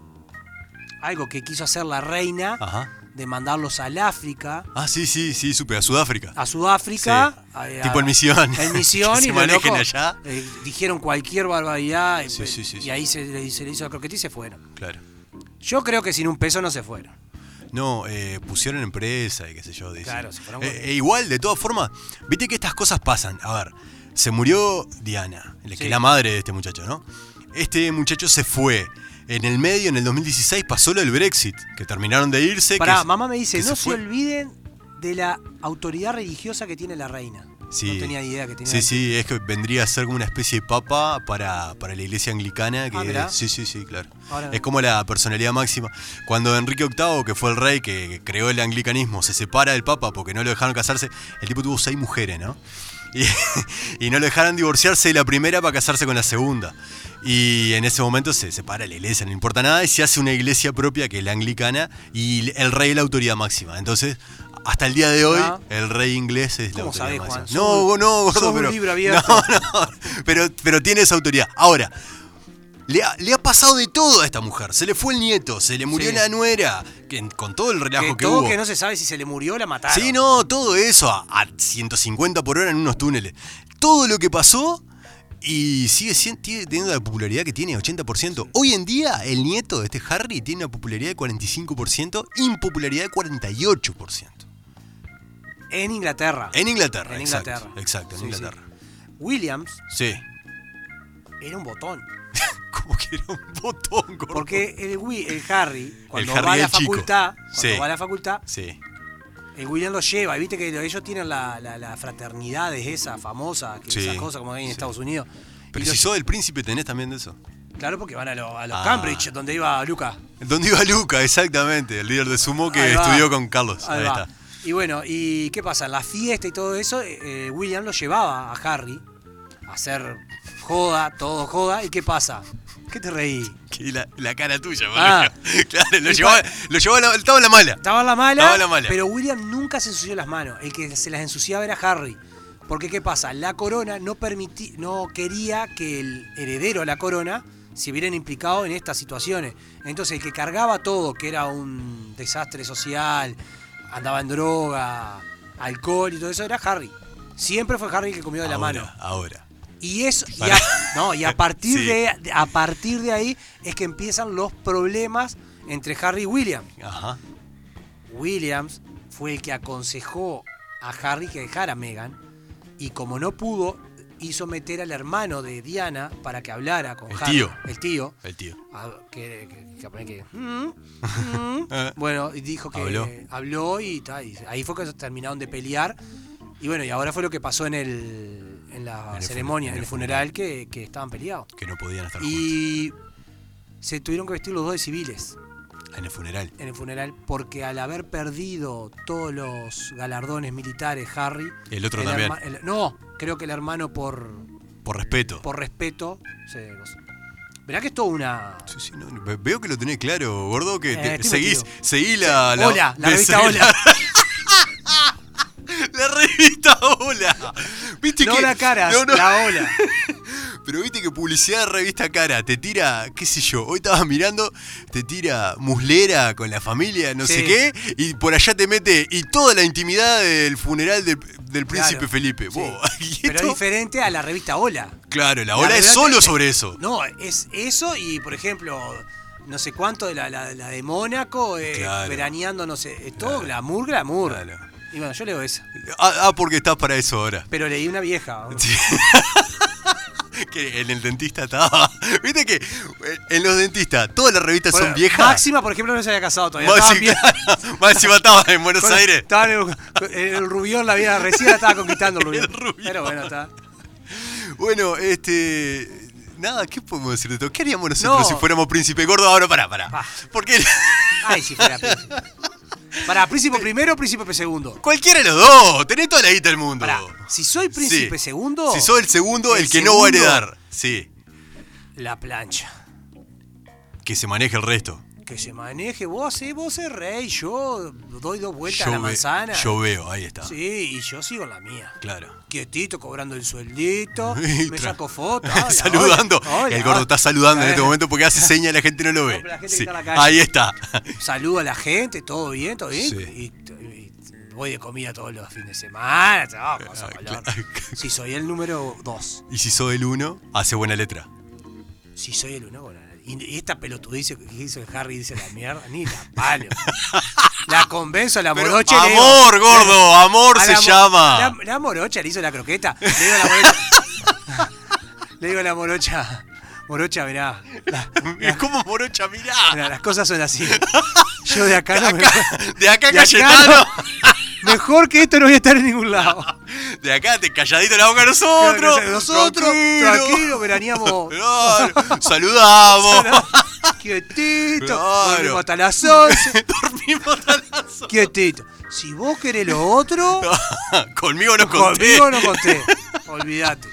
Speaker 3: mm, Algo que quiso hacer la reina
Speaker 4: Ajá.
Speaker 3: de mandarlos al África.
Speaker 4: Ah, sí, sí, sí, supe, a Sudáfrica.
Speaker 3: a Sudáfrica.
Speaker 4: Sí.
Speaker 3: a- a-
Speaker 4: Tipo en misión.
Speaker 3: En misión
Speaker 4: Que se
Speaker 3: y los
Speaker 4: manejen
Speaker 3: locos,
Speaker 4: allá.
Speaker 3: eh, dijeron cualquier barbaridad. y
Speaker 4: Sí,
Speaker 3: pe-
Speaker 4: sí, sí,
Speaker 3: y
Speaker 4: sí.
Speaker 3: ahí se, le- se le hizo la croqueta y se fueron.
Speaker 4: Claro.
Speaker 3: Yo creo que sin un peso no se fueron.
Speaker 4: No, eh, pusieron empresa y qué sé yo. dicen.
Speaker 3: Claro, se fueron
Speaker 4: Eh,
Speaker 3: con-
Speaker 4: eh, igual, de todas formas, viste que estas cosas pasan. A ver, se murió Diana, la- que
Speaker 3: Sí.
Speaker 4: es la madre de este muchacho, ¿no? Este muchacho se fue. En el medio, en el 2016, pasó lo del Brexit, que terminaron de irse. que
Speaker 3: Pará,
Speaker 4: se-
Speaker 3: mamá me dice,
Speaker 4: que
Speaker 3: no se,
Speaker 4: fue-
Speaker 3: olviden de la autoridad religiosa que tiene la reina.
Speaker 4: Sí.
Speaker 3: No tenía idea que tenía.
Speaker 4: Sí, sí, es que vendría a ser como una especie de papa para, para la iglesia anglicana. Que
Speaker 3: Ah, mirá.
Speaker 4: sí, sí, sí, claro.
Speaker 3: Ahora-
Speaker 4: Es como la personalidad máxima. Cuando Enrique VIII, que fue el rey que creó el anglicanismo, se separa del papa porque no lo dejaron casarse, el tipo tuvo seis mujeres, ¿no? Y, y no lo dejaron divorciarse de la primera para casarse con la segunda. Y en ese momento se separa la iglesia, no importa nada, y se hace una iglesia propia que es la anglicana y el rey es la autoridad máxima. Entonces, hasta el día de hoy,
Speaker 3: Ah.
Speaker 4: el rey inglés es la
Speaker 3: ¿Cómo
Speaker 4: autoridad
Speaker 3: sabés,
Speaker 4: máxima.
Speaker 3: Juan? Sos
Speaker 4: No,
Speaker 3: un-
Speaker 4: vos no, gordo,
Speaker 3: sos un
Speaker 4: pero.
Speaker 3: libro abierto.
Speaker 4: No, no, pero, pero tiene esa autoridad. Ahora, le ha, le ha pasado de todo a esta mujer. Se le fue el nieto, se le murió
Speaker 3: Sí.
Speaker 4: la nuera, que, con todo el relajo
Speaker 3: Que
Speaker 4: que,
Speaker 3: todo
Speaker 4: hubo.
Speaker 3: que no se sabe si se le murió la mataron.
Speaker 4: Sí, no, todo eso a, a 150 por hora en unos túneles. Todo lo que pasó y sigue sien- tiene- teniendo la popularidad que tiene, 80%. Hoy en día, el nieto de este Harry tiene una popularidad de 45%, impopularidad de 48%.
Speaker 3: En Inglaterra.
Speaker 4: En Inglaterra,
Speaker 3: En
Speaker 4: exacto.
Speaker 3: Inglaterra.
Speaker 4: Exacto, en
Speaker 3: Sí, sí.
Speaker 4: Inglaterra.
Speaker 3: Williams
Speaker 4: Sí.
Speaker 3: era un botón.
Speaker 4: Como que era un botón, gordo.
Speaker 3: Porque el, Wi- el Harry, cuando
Speaker 4: Harry
Speaker 3: va a la
Speaker 4: del chico.
Speaker 3: facultad, cuando
Speaker 4: Sí.
Speaker 3: va a la facultad,
Speaker 4: Sí.
Speaker 3: El William lo lleva, y viste que ellos tienen las la, la fraternidades esas famosas, que
Speaker 4: Sí,
Speaker 3: esas cosas como hay en
Speaker 4: sí.
Speaker 3: Estados Unidos. Y
Speaker 4: Pero
Speaker 3: los-
Speaker 4: si sos del príncipe tenés también de eso.
Speaker 3: claro, porque van a, lo- a los
Speaker 4: Ah.
Speaker 3: Cambridge, donde iba Luca.
Speaker 4: ¿Dónde iba Luca? Exactamente, el líder de sumo que
Speaker 3: Ahí va.
Speaker 4: estudió con Carlos. Ahí,
Speaker 3: va.
Speaker 4: está.
Speaker 3: Y bueno, ¿y qué pasa? En la fiesta y todo eso, eh, eh, William lo llevaba a Harry a hacer joda, todo joda. ¿Y qué pasa? ¿Qué te reí?
Speaker 4: Y la, la cara tuya,
Speaker 3: Ah.
Speaker 4: boludo. Claro, lo
Speaker 3: Y
Speaker 4: llevaba,
Speaker 3: pa-
Speaker 4: lo llevaba, la- estaba en la mala.
Speaker 3: Estaba la mala,
Speaker 4: Estaba la mala.
Speaker 3: pero William nunca se ensució las manos. El que se las ensuciaba era Harry. Porque ¿qué pasa? La corona no, permiti- no quería que el heredero a la corona se vieran implicado en estas situaciones. Entonces el que cargaba todo, que era un desastre social, andaba en droga, alcohol y todo eso, era Harry. Siempre fue Harry el que comió de la
Speaker 4: ahora,
Speaker 3: mano.
Speaker 4: Ahora.
Speaker 3: Y eso, y
Speaker 4: Para.
Speaker 3: a, no, y a partir
Speaker 4: Sí.
Speaker 3: de de- a partir de ahí es que empiezan los problemas entre Harry y William.
Speaker 4: Ajá.
Speaker 3: Williams fue el que aconsejó a Harry que dejara a Meghan y como no pudo, hizo meter al hermano de Diana para que hablara con
Speaker 4: El
Speaker 3: Harry.
Speaker 4: tío.
Speaker 3: El tío.
Speaker 4: El tío.
Speaker 3: Ah, que, que- que pone que, "Mm, mm". bueno, y dijo que
Speaker 4: Eh. Habló.
Speaker 3: habló y, ta, y ahí fue que terminaron de pelear. Y bueno, y ahora fue lo que pasó en, el, en la
Speaker 4: En el
Speaker 3: ceremonia,
Speaker 4: fun-
Speaker 3: en el funeral, que, que estaban peleados.
Speaker 4: Que no podían estar juntos.
Speaker 3: Y se tuvieron que vestir los dos de civiles
Speaker 4: En el funeral.
Speaker 3: en el funeral porque al haber perdido todos los galardones militares Harry
Speaker 4: El otro también.
Speaker 3: herma- el- no creo que el hermano por
Speaker 4: Por respeto.
Speaker 3: por respeto se verá que es toda una
Speaker 4: Sí, sí, no, no, ve- veo que lo tenés claro, gordo, que
Speaker 3: Eh,
Speaker 4: te-
Speaker 3: estoy
Speaker 4: seguís,
Speaker 3: metido.
Speaker 4: seguí la, la...
Speaker 3: Hola, la
Speaker 4: de-
Speaker 3: revista
Speaker 4: seguí
Speaker 3: Hola.
Speaker 4: La, revista Hola. Viste
Speaker 3: no
Speaker 4: que...
Speaker 3: la cara
Speaker 4: no, no,
Speaker 3: la ola
Speaker 4: Pero viste que publicidad de revista cara, te tira, qué sé yo, hoy estabas mirando, te tira muslera con la familia, no
Speaker 3: Sí.
Speaker 4: sé qué, y por allá te mete, y toda la intimidad del funeral del, del príncipe
Speaker 3: Claro,
Speaker 4: Felipe.
Speaker 3: sí.
Speaker 4: Vos, ¿y
Speaker 3: pero es
Speaker 4: esto?
Speaker 3: diferente a la revista Hola
Speaker 4: Claro, la
Speaker 3: La
Speaker 4: ola es
Speaker 3: verdad
Speaker 4: solo
Speaker 3: que-
Speaker 4: sobre eso.
Speaker 3: no es eso y por ejemplo no sé cuánto de la, la- la de Mónaco eh,
Speaker 4: Claro.
Speaker 3: veraneando no sé es todo
Speaker 4: Claro.
Speaker 3: glamour glamour
Speaker 4: Claro.
Speaker 3: y bueno yo leo esa
Speaker 4: Ah, ah, porque estás para eso ahora.
Speaker 3: pero leí una vieja
Speaker 4: Que en el dentista estaba. Viste que eh, en los dentistas todas las revistas
Speaker 3: Bueno,
Speaker 4: son viejas.
Speaker 3: Máxima, por ejemplo, no se había casado todavía.
Speaker 4: Más
Speaker 3: Estaba
Speaker 4: si-
Speaker 3: bien-
Speaker 4: más encima estabas en Buenos
Speaker 3: con-
Speaker 4: Aires.
Speaker 3: Estaba en el, el Rubión, la vida recién la estaba conquistando el Rubión.
Speaker 4: El Rubión.
Speaker 3: Pero bueno, está.
Speaker 4: Bueno, este. Nada, ¿qué podemos decir de todo? ¿Qué haríamos nosotros
Speaker 3: No.
Speaker 4: si fuéramos príncipe gordo? Ahora, pará, pará.
Speaker 3: Ah.
Speaker 4: Porque
Speaker 3: Ay, si fuera príncipe. Pará, príncipe primero o príncipe segundo.
Speaker 4: cualquiera de los dos, tenés toda la guita del mundo.
Speaker 3: Pará, si soy príncipe
Speaker 4: Sí.
Speaker 3: segundo,
Speaker 4: Si sos el segundo, el,
Speaker 3: el
Speaker 4: que no va a
Speaker 3: segundo.
Speaker 4: heredar. Sí.
Speaker 3: la plancha.
Speaker 4: Que se maneje el resto.
Speaker 3: Que se maneje, vos sí, vos es rey, yo doy dos vueltas a la
Speaker 4: ve-
Speaker 3: manzana.
Speaker 4: yo veo, ahí está.
Speaker 3: Sí, y yo sigo en la mía.
Speaker 4: Claro.
Speaker 3: Quietito, cobrando el sueldito,
Speaker 4: Y
Speaker 3: me
Speaker 4: tra-
Speaker 3: saco fotos. hola,
Speaker 4: saludando.
Speaker 3: hola, hola.
Speaker 4: el gordo está saludando en este
Speaker 3: Eh.
Speaker 4: momento porque hace señas y la gente no lo ve.
Speaker 3: pero la gente que
Speaker 4: Sí.
Speaker 3: está en la calle.
Speaker 4: Ahí está.
Speaker 3: saludo a la gente, todo bien, todo bien.
Speaker 4: Sí.
Speaker 3: Y, y voy de comida todos los fines de semana. chao, cosa
Speaker 4: Ah,
Speaker 3: color.
Speaker 4: claro.
Speaker 3: Si soy el número dos,
Speaker 4: Y si sos el uno, hace buena letra.
Speaker 3: si soy el uno, bueno, y, y esta pelotudice que hizo el Harry dice la mierda, ni la palo. la convenzo a la
Speaker 4: Pero,
Speaker 3: morocha. y le digo- "Eh,
Speaker 4: amor, gordo, amor
Speaker 3: a
Speaker 4: se
Speaker 3: la mo-
Speaker 4: llama.
Speaker 3: La, la morocha le hizo la croqueta. Le digo a la morocha. le digo a la morocha. Morocha, verá.
Speaker 4: Es como morocha, mirá.
Speaker 3: Mirá, las cosas son así. Yo de acá, no me-
Speaker 4: De acá,
Speaker 3: de acá
Speaker 4: Cayetano.
Speaker 3: no- mejor que esto no voy a estar en ningún lado.
Speaker 4: De acá, te calladito la boca a nosotros.
Speaker 3: Claro, Nosotros,
Speaker 4: tranquilo.
Speaker 3: tranquilos, veraníamos.
Speaker 4: Claro, saludamos.
Speaker 3: Quietito,
Speaker 4: Claro.
Speaker 3: dormimos hasta las 11,
Speaker 4: Dormimos hasta las ocho.
Speaker 3: quietito. Si vos querés lo otro,
Speaker 4: Conmigo no conté.
Speaker 3: conmigo no conté. Olvídate.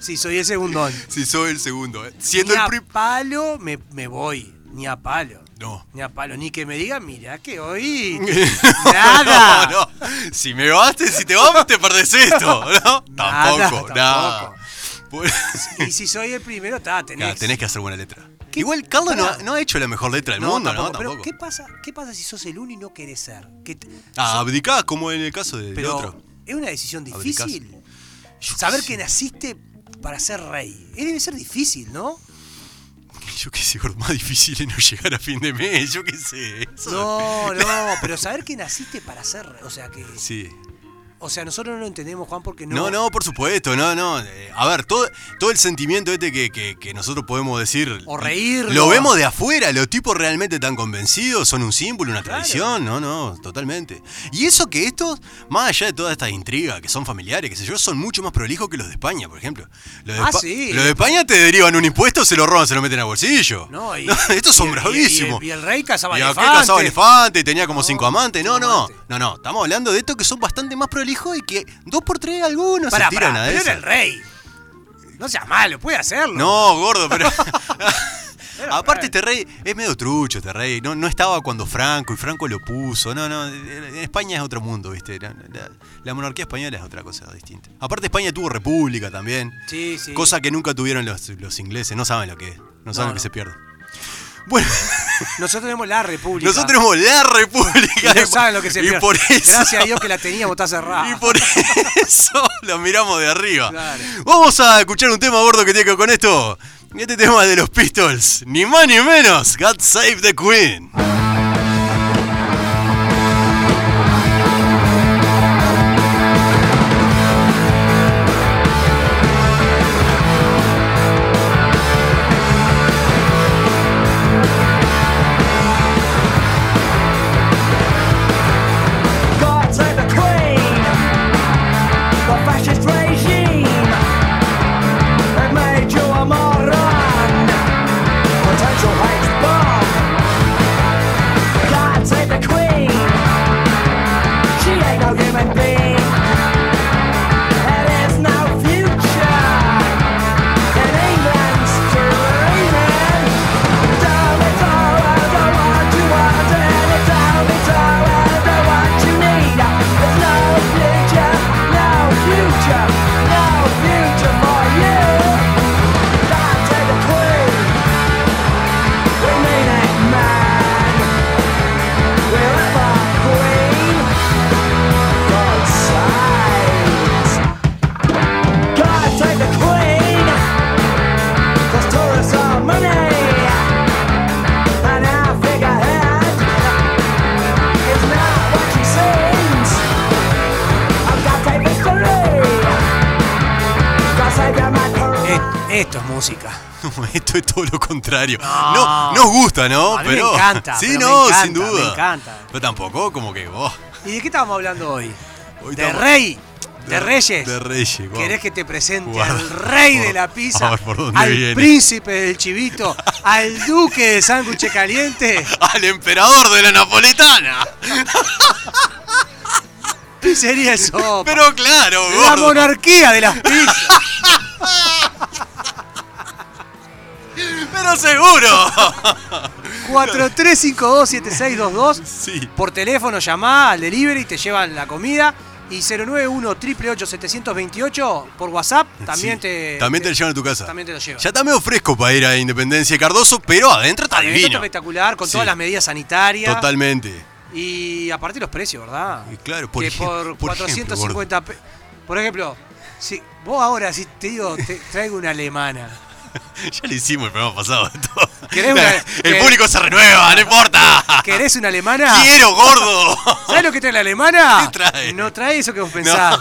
Speaker 3: Si soy el segundón.
Speaker 4: Si soy el segundo. eh. Siendo
Speaker 3: Ni
Speaker 4: el
Speaker 3: a
Speaker 4: prim...
Speaker 3: palo me, me voy. Ni a palo.
Speaker 4: No.
Speaker 3: Ni a palo. Ni que me digan, mirá que hoy. Nada.
Speaker 4: No, no. Si me vas, te- si te vas, te perdés esto. ¿no? tampoco,
Speaker 3: tampoco.
Speaker 4: nada. Bueno,
Speaker 3: Y si soy el primero, está, tenés.
Speaker 4: nada, tenés que hacer buena letra.
Speaker 3: ¿Qué?
Speaker 4: Igual Carlos no, ha-
Speaker 3: Pará.
Speaker 4: no ha hecho la mejor letra del mundo, ¿no?
Speaker 3: Pero
Speaker 4: Tampoco.
Speaker 3: ¿qué pasa, ¿qué pasa si sos el uno y no querés ser? Que te-
Speaker 4: Ah, abdicás, como en el caso del
Speaker 3: Pero
Speaker 4: otro.
Speaker 3: es una decisión
Speaker 4: Abdicás.
Speaker 3: difícil.
Speaker 4: Yo qué
Speaker 3: Saber
Speaker 4: sé.
Speaker 3: que naciste para ser rey. Eh, Debe ser difícil, ¿no?
Speaker 4: Yo qué sé, gordo, más difícil es no llegar a fin de mes, yo qué sé. Eso-
Speaker 3: No, no, pero saber que naciste para ser rey. O sea que.
Speaker 4: Sí.
Speaker 3: O sea, nosotros no lo entendemos, Juan, porque no.
Speaker 4: No, no, por supuesto, no, no. Eh, a ver, todo, todo el sentimiento este que, que- que nosotros podemos decir.
Speaker 3: O reírnos.
Speaker 4: Lo vemos de afuera, los tipos realmente están convencidos, son un símbolo, una
Speaker 3: Claro.
Speaker 4: tradición. No, no, totalmente. Y eso que estos, más allá de toda esta intriga, que son familiares, qué sé yo, son mucho más prolijos que los de España, por ejemplo. Los de,
Speaker 3: Ah,
Speaker 4: Espa-
Speaker 3: sí.
Speaker 4: los de España te derivan un impuesto, se lo roban, se lo meten al bolsillo.
Speaker 3: No, y-
Speaker 4: estos son
Speaker 3: y- y-
Speaker 4: bravísimos.
Speaker 3: Y, el rey cazaba
Speaker 4: Y acá
Speaker 3: elefantes.
Speaker 4: cazaba elefante, tenía como
Speaker 3: No,
Speaker 4: cinco amantes. No,
Speaker 3: Oh, cinco
Speaker 4: no,
Speaker 3: amantes.
Speaker 4: no, no. Estamos hablando de estos que son bastante más prolijos y que dos por tres algunos
Speaker 3: Pará,
Speaker 4: se tiran
Speaker 3: pará,
Speaker 4: a
Speaker 3: pero
Speaker 4: eso.
Speaker 3: era el rey. No seas malo, puede hacerlo.
Speaker 4: No, gordo, pero.
Speaker 3: Era
Speaker 4: Aparte,
Speaker 3: rey.
Speaker 4: este rey es medio trucho, este rey. No, no estaba cuando Franco y Franco lo puso. No, no. En España es otro mundo, ¿viste? La, la- la monarquía española es otra cosa distinta. Aparte, España tuvo república también.
Speaker 3: Sí, sí.
Speaker 4: Cosa que nunca tuvieron los, los ingleses. No saben lo que es. No saben
Speaker 3: No,
Speaker 4: lo que
Speaker 3: no.
Speaker 4: se pierde. Bueno.
Speaker 3: Nosotros tenemos la república.
Speaker 4: Nosotros tenemos la república.
Speaker 3: Y no saben lo que se
Speaker 4: Y
Speaker 3: pierde.
Speaker 4: por eso.
Speaker 3: Gracias a Dios que la teníamos, está cerrada.
Speaker 4: Y por eso lo miramos de arriba.
Speaker 3: Ah. Claro.
Speaker 4: Vamos a escuchar un tema gordo que tiene que ver con esto. Este tema de los Pistols. Ni más ni menos. God Save the Queen.
Speaker 5: God save the Queen, the fascist regime. It made you a moron, potential hate bomb. God save the Queen, she ain't no human being. There is no future in England's dreaming. Down it's all over what you want, and it's down it's all over what you need. There's no future, no future, no future for you. God save the Queen. We mean it, man. We're up our Queen. God saves. God save the Queen. 'Cause tourists are money. And our figurehead is not what she seems. I've got a mystery. Got to get my career.
Speaker 3: Et- Eh, esto es música.
Speaker 4: Esto es todo lo contrario. No, nos gusta, ¿no?
Speaker 3: A mí me
Speaker 4: pero
Speaker 3: encanta,
Speaker 4: Sí,
Speaker 3: pero
Speaker 4: no,
Speaker 3: me
Speaker 4: sin
Speaker 3: encanta,
Speaker 4: duda.
Speaker 3: me encanta.
Speaker 4: Pero tampoco como que vos.
Speaker 3: ¿Y de qué estábamos hablando hoy?
Speaker 4: Hoy
Speaker 3: de
Speaker 4: estamos-
Speaker 3: rey. De, reyes.
Speaker 4: De Reyes. vos.
Speaker 3: ¿Querés que te presente
Speaker 4: Guarda.
Speaker 3: al rey de
Speaker 4: Por-
Speaker 3: la pizza?
Speaker 4: a ver, ¿por dónde
Speaker 3: al
Speaker 4: viene?
Speaker 3: príncipe del chivito, al duque de sándwiches caliente.
Speaker 4: Al emperador de la napolitana.
Speaker 3: Pizzería eso.
Speaker 4: Pero claro,
Speaker 3: La
Speaker 4: gordo.
Speaker 3: monarquía de las pizzas.
Speaker 4: Pero seguro.
Speaker 3: 43527622.
Speaker 4: Sí.
Speaker 3: Por teléfono llamá al delivery, te llevan la comida. Y 091 888 728 por WhatsApp también
Speaker 4: Sí.
Speaker 3: te.
Speaker 4: También te lo llevan a tu casa.
Speaker 3: También te lo llevan.
Speaker 4: Ya está medio fresco para ir a Independencia y Cardoso, pero adentro está
Speaker 3: Evento
Speaker 4: divino.
Speaker 3: espectacular, con
Speaker 4: Sí.
Speaker 3: todas las medidas sanitarias.
Speaker 4: Totalmente.
Speaker 3: Y aparte los precios, ¿verdad?
Speaker 4: Y claro, por
Speaker 3: que
Speaker 4: ejemplo,
Speaker 3: por
Speaker 4: por
Speaker 3: 450 pe- Por ejemplo, si vos ahora si te digo, te traigo una alemana.
Speaker 4: Ya lo hicimos el programa pasado. de todo.
Speaker 3: ¿Querés una-
Speaker 4: el
Speaker 3: que-
Speaker 4: público se renueva, no importa.
Speaker 3: ¿Querés una alemana?
Speaker 4: Quiero, gordo.
Speaker 3: ¿Sabés lo que trae la alemana?
Speaker 4: ¿Qué trae?
Speaker 3: No trae eso que vos pensás.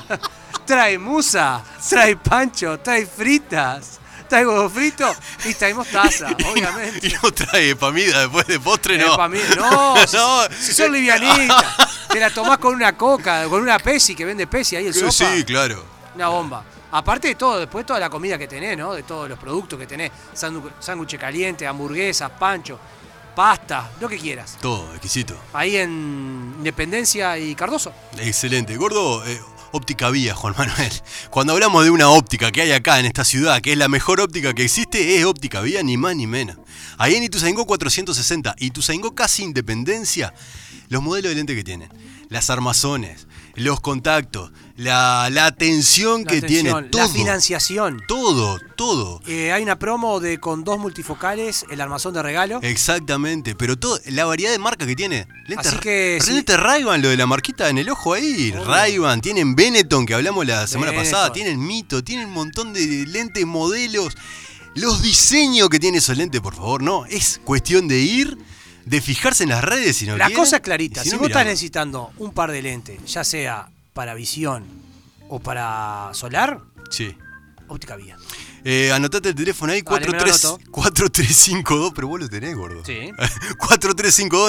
Speaker 3: trae musa, trae pancho, trae fritas, trae huevo frito y trae mostaza, obviamente.
Speaker 4: Y no trae pamida después de postre,
Speaker 3: Eh,
Speaker 4: no.
Speaker 3: pa' mí- no, si,
Speaker 4: No.
Speaker 3: si sos livianita, te la tomás con una coca, con una pesi que vende pesi ahí el sopa.
Speaker 4: Sí, claro.
Speaker 3: Una bomba. Aparte de todo, después toda la comida que tenés, ¿no? De todos los productos que tenés. Sandu- Sándwiches calientes, hamburguesas, pancho, pasta, lo que quieras.
Speaker 4: Todo, exquisito.
Speaker 3: Ahí en Independencia y Cardoso.
Speaker 4: Excelente. Gordo, eh, óptica vía, Juan Manuel. Cuando hablamos de una óptica que hay acá en esta ciudad, que es la mejor óptica que existe, es óptica vía, ni más ni menos. Ahí en Ituzaingó 460, Ituzaingó casi independencia, los modelos de lente que tienen, las armazones, los contactos, la, la atención
Speaker 3: La
Speaker 4: que
Speaker 3: atención,
Speaker 4: tiene, todo.
Speaker 3: La financiación.
Speaker 4: todo, todo.
Speaker 3: Eh, hay una promo de con dos multifocales, el armazón de regalo.
Speaker 4: Eh, Exactamente, pero todo, la variedad de marca que tiene. Lentes,
Speaker 3: Así que sí.
Speaker 4: Lentes Ray-Ban, lo de la marquita en el ojo ahí. Ray-Ban, tienen Benetton, que hablamos la semana
Speaker 3: Benetton.
Speaker 4: pasada. Tienen Mito, tienen un montón de lentes, modelos. Los diseños que tiene esos lentes, por favor, no. Es cuestión de ir, de fijarse en las redes. Si no
Speaker 3: La
Speaker 4: quieren,
Speaker 3: cosa es
Speaker 4: y
Speaker 3: clarita. Si,
Speaker 4: no,
Speaker 3: vos estás
Speaker 4: miramos.
Speaker 3: necesitando un par de lentes, ya sea para visión o para solar,
Speaker 4: Sí.
Speaker 3: óptica vía.
Speaker 4: Eh, anotate el teléfono ahí,
Speaker 3: Vale, me lo
Speaker 4: 43
Speaker 3: anoto.
Speaker 4: 4352, pero vos lo tenés, gordo.
Speaker 3: Sí.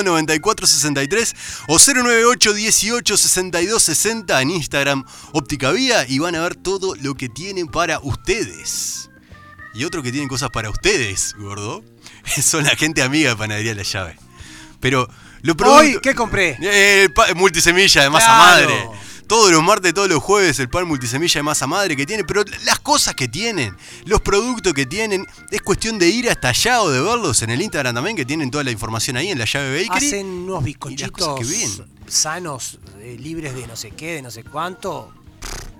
Speaker 4: 4352-9463 o 098-18-6260 en Instagram Óptica Vía y van a ver todo lo que tienen para ustedes. Y otro que tienen cosas para ustedes, gordo, son la gente amiga de Panadería La Llave. Pero lo
Speaker 3: Hoy,
Speaker 4: producto-
Speaker 3: ¿qué compré?
Speaker 4: eh, El pa- multisemilla de masa
Speaker 3: Claro.
Speaker 4: madre. Todos los martes, todos los jueves, el pan multisemilla de masa madre que tiene, pero las cosas que tienen, los productos que tienen, es cuestión de ir hasta allá o de verlos en el Instagram también, que tienen toda la información ahí en la llave bakery.
Speaker 3: Hacen unos
Speaker 4: y las cosas
Speaker 3: bizcochitos
Speaker 4: que vienen.
Speaker 3: sanos, eh, libres de no sé qué, de no sé cuánto.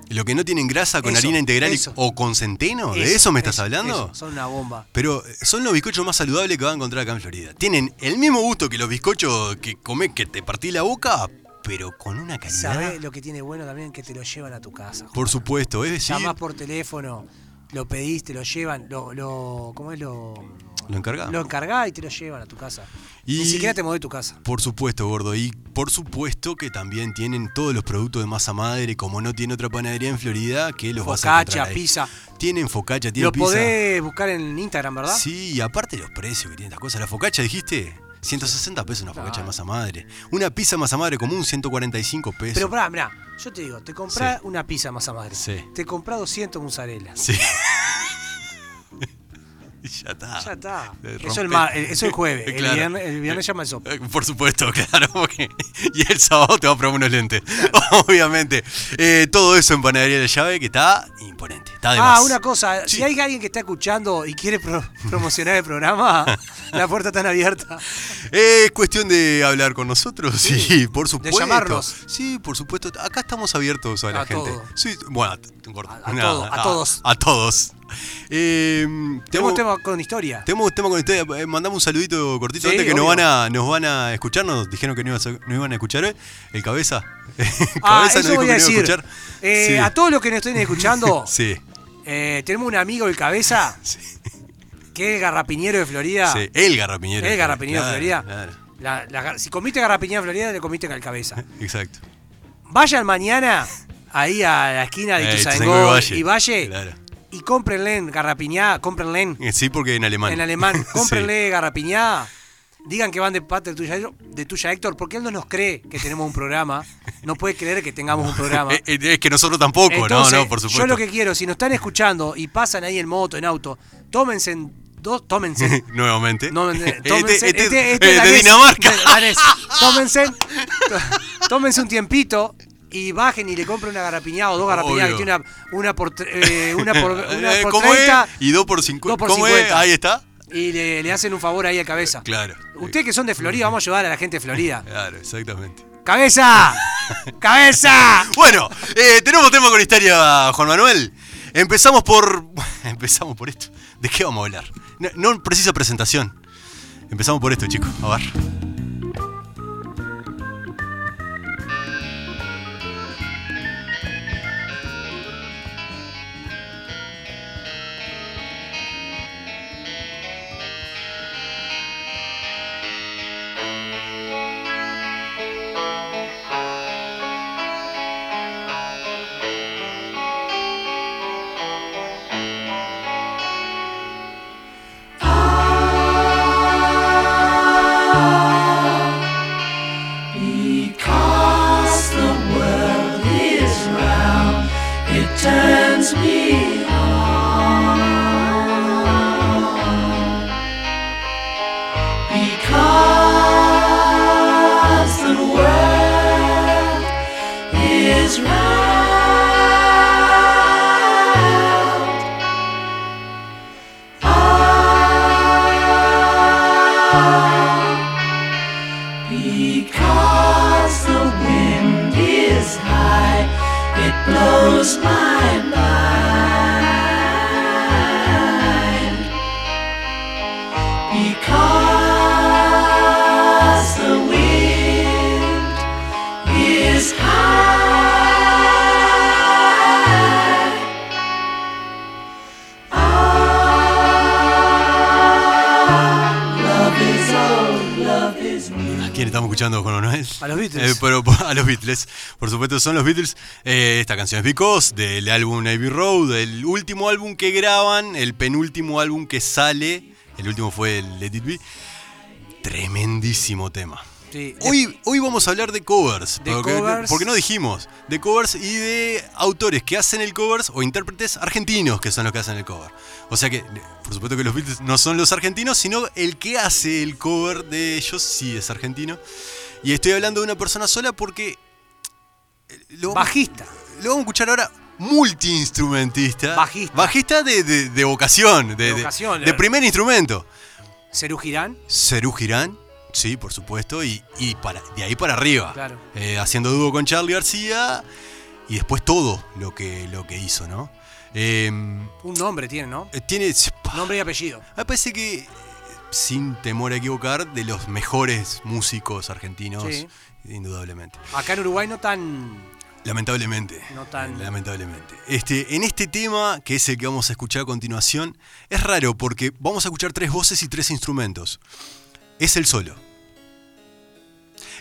Speaker 4: Lo que no tienen grasa con
Speaker 3: Eso,
Speaker 4: harina integral y-
Speaker 3: eso.
Speaker 4: o con centeno, ¿de eso me estás hablando?
Speaker 3: eso, son una bomba.
Speaker 4: Pero eh, son los bizcochos más saludables que vas a encontrar acá en Florida. Tienen el mismo gusto que los bizcochos que comés que te partí la boca, pero con una calidad.
Speaker 3: ¿Sabés lo que tiene bueno también? Que te lo llevan a tu casa.
Speaker 4: Por supuesto, es decir,
Speaker 3: Llamás por teléfono, lo pedís, te lo llevan, lo, lo ¿cómo es? Lo,
Speaker 4: lo encargamos.
Speaker 3: lo encargás y te lo llevan a tu casa.
Speaker 4: Y-
Speaker 3: Ni siquiera te mueve tu casa.
Speaker 4: Por supuesto, gordo. Y por supuesto que también tienen todos los productos de masa madre, como no tiene otra panadería en Florida, que los vas a
Speaker 3: Focaccia,
Speaker 4: encontrar ahí.
Speaker 3: pizza.
Speaker 4: Tienen focacha, tienen
Speaker 3: Lo
Speaker 4: pizza.
Speaker 3: podés buscar en Instagram, ¿verdad?
Speaker 4: Sí, y aparte los precios que tienen estas cosas. La focacha, dijiste, 160 pesos una focacha de masa madre. Una pizza masa madre común, 145 pesos.
Speaker 3: Pero pará, mirá, yo te digo, te comprás una pizza masa madre.
Speaker 4: Sí.
Speaker 3: Te comprás 200 mozzarella.
Speaker 4: Sí. ya está.
Speaker 3: Ya está.
Speaker 4: Le
Speaker 3: Eso el,
Speaker 4: rompés.
Speaker 3: ma- el- eso el jueves. El
Speaker 4: Claro.
Speaker 3: viernes, el viernes llama el sopa.
Speaker 4: Eh, Por supuesto, claro. porque- Y el sábado te va a probar unos lentes. Obviamente. Eh, todo eso en Panadería de Llave que está imponente. Está de
Speaker 3: Ah,
Speaker 4: más.
Speaker 3: una cosa,
Speaker 4: Sí.
Speaker 3: si hay alguien que está escuchando y quiere pro- promocionar el programa, la puerta está abierta.
Speaker 4: Eh, es cuestión de hablar con nosotros. Sí, por supuesto.
Speaker 3: llamarnos.
Speaker 4: Sí, por supuesto. Acá estamos abiertos a la
Speaker 3: A
Speaker 4: gente.
Speaker 3: todo.
Speaker 4: Sí, bueno, a, t- gordo.
Speaker 3: A- a
Speaker 4: Nada,
Speaker 3: todo, a todos.
Speaker 4: A todos. Eh,
Speaker 3: Tenemos
Speaker 4: tenemos-
Speaker 3: tema con historia.
Speaker 4: Tenemos tema con ustedes. Eh, Mandamos un saludito cortito
Speaker 3: Sí,
Speaker 4: antes que nos
Speaker 3: obvio.
Speaker 4: van, a, nos van a escuchar. Nos dijeron que no, ibas a- no iban a escuchar hoy. El cabeza. El
Speaker 3: Ah,
Speaker 4: cabeza
Speaker 3: eso
Speaker 4: nos dijo
Speaker 3: voy
Speaker 4: que
Speaker 3: a
Speaker 4: no iba
Speaker 3: decir.
Speaker 4: escuchar.
Speaker 3: Eh,
Speaker 4: Sí.
Speaker 3: A todos los que nos estén escuchando,
Speaker 4: Sí,
Speaker 3: eh, tenemos un amigo, el Cabeza, que es el garrapiñero de Florida.
Speaker 4: sí. El garrapiñero.
Speaker 3: El garrapiñero de
Speaker 4: Claro,
Speaker 3: Florida.
Speaker 4: claro.
Speaker 3: La- la gar- si comiste garrapiñera de Florida, le comiste al Cabeza.
Speaker 4: Exacto.
Speaker 3: Vayan mañana ahí a la esquina de
Speaker 4: Eh,
Speaker 3: Ituzaingó
Speaker 4: Ituzaingó y
Speaker 3: y Valle
Speaker 4: Claro.
Speaker 3: y cómprenle en garrapiñá, cómprenle en-
Speaker 4: Eh, Sí, porque en alemán.
Speaker 3: en alemán,
Speaker 4: Sí.
Speaker 3: cómprenle garrapiñá. Digan que van de parte de tuya, de tuya Héctor, porque él no nos cree que tenemos un programa. No puede creer que tengamos un programa.
Speaker 4: Eh, eh, Es que nosotros tampoco,
Speaker 3: Entonces,
Speaker 4: no, no, por supuesto.
Speaker 3: Yo lo que quiero, si nos están escuchando y pasan ahí en moto, en auto, tómense en dos, tómense.
Speaker 4: Nuevamente.
Speaker 3: No,
Speaker 4: Eh,
Speaker 3: tómense,
Speaker 4: este-
Speaker 3: este-
Speaker 4: este-
Speaker 3: este
Speaker 4: eh, de
Speaker 3: danés,
Speaker 4: Dinamarca.
Speaker 3: de- danés. tómense, to- tómense un tiempito y bajen y le compren una garapiñada o dos garapiñadas que
Speaker 4: Obvio.
Speaker 3: tiene una, una por, tre- eh, una por, una
Speaker 4: Eh,
Speaker 3: por
Speaker 4: ¿Cómo
Speaker 3: 30
Speaker 4: es? Y dos por cincu-
Speaker 3: dos por
Speaker 4: ¿Cómo es?
Speaker 3: 50.
Speaker 4: Ahí está.
Speaker 3: y le, le hacen un favor ahí a cabeza.
Speaker 4: Claro.
Speaker 3: Ustedes que son de Florida, vamos a ayudar a la gente de Florida.
Speaker 4: Claro, exactamente.
Speaker 3: ¡Cabeza! ¡Cabeza!
Speaker 4: Bueno, eh, tenemos tema con historia, Juan Manuel. Empezamos por. Empezamos por esto. ¿De qué vamos a hablar? No, no precisa presentación. Empezamos por esto, chicos. A ver.
Speaker 1: Because the world is round, it turns me on. Because the world is round, I because the wind is high, it blows my mind. Because the wind is high. Ah, love is old, love is
Speaker 4: ¿A quién estamos escuchando, Juan Manuel?
Speaker 3: A los Beatles.
Speaker 4: Eh, pero, por- a los Beatles. Por supuesto, son los Beatles. Eh, esta canción es Because, del álbum Abbey Road, el último álbum que graban, el penúltimo álbum que sale. El último fue el Let It Be. Tremendísimo tema.
Speaker 3: Sí, de-
Speaker 4: Hoy, hoy vamos a hablar de covers.
Speaker 3: De
Speaker 4: porque,
Speaker 3: covers.
Speaker 4: porque no dijimos. De covers y de autores que hacen el covers o intérpretes argentinos que son los que hacen el cover. O sea que, por supuesto que los Beatles no son los argentinos, sino el que hace el cover de ellos sí es argentino. Y estoy hablando de una persona sola porque. eh, Lo,
Speaker 3: Bajista.
Speaker 4: lo vamos a escuchar ahora. Multiinstrumentista.
Speaker 3: Bajista.
Speaker 4: Bajista de, de- de vocación. De, de-
Speaker 3: vocación, eh.
Speaker 4: de
Speaker 3: claro.
Speaker 4: primer instrumento.
Speaker 3: Serú Girán.
Speaker 4: Serú Girán, sí, por supuesto, y, y para, de ahí para arriba.
Speaker 3: Claro.
Speaker 4: Eh, haciendo dúo con Charlie García y después todo lo que, lo que hizo, ¿no? Eh,
Speaker 3: Un nombre tiene, ¿no?
Speaker 4: eh, tiene. pa,
Speaker 3: Nombre y apellido.
Speaker 4: Me parece que, eh, sin temor a equivocar, de los mejores músicos argentinos,
Speaker 3: Sí.
Speaker 4: indudablemente.
Speaker 3: Acá en Uruguay no tan.
Speaker 4: Lamentablemente.
Speaker 3: No tan-
Speaker 4: Lamentablemente. Este, en este tema, que es el que vamos a escuchar a continuación, es raro porque vamos a escuchar tres voces y tres instrumentos. Es el solo.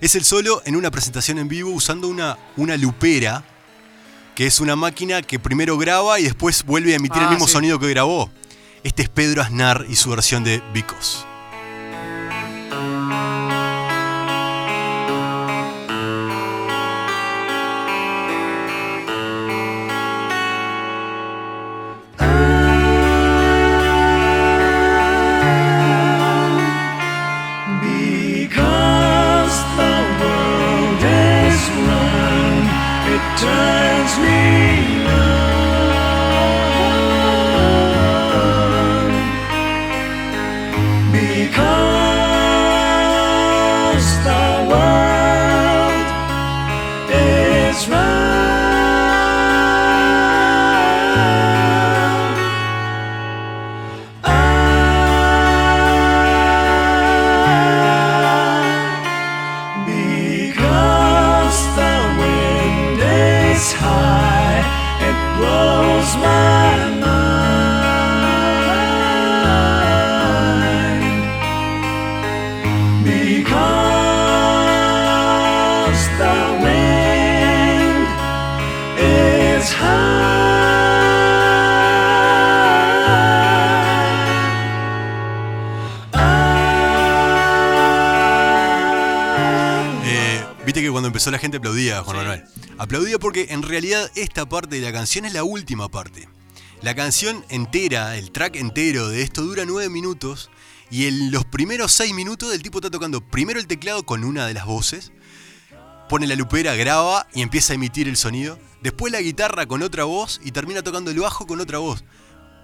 Speaker 4: Es el solo en una presentación en vivo usando una, una lupera, que es una máquina que primero graba y después vuelve a emitir el
Speaker 3: Ah,
Speaker 4: mismo
Speaker 3: sí.
Speaker 4: sonido que grabó. Este es Pedro Aznar y su versión de Vicos.
Speaker 6: Because the world is run, it turns me on. Because the world is run. Because the wind is high, it blows my mind. Because the wind is high.
Speaker 4: Eh, Viste que cuando empezó la gente aplaudía, Juan Manuel. Aplaudía porque en realidad esta parte de la canción es la última parte. La canción entera, el track entero de esto dura nueve minutos y en los primeros seis minutos el tipo está tocando primero el teclado con una de las voces, pone la lupera, graba y empieza a emitir el sonido, después la guitarra con otra voz y termina tocando el bajo con otra voz.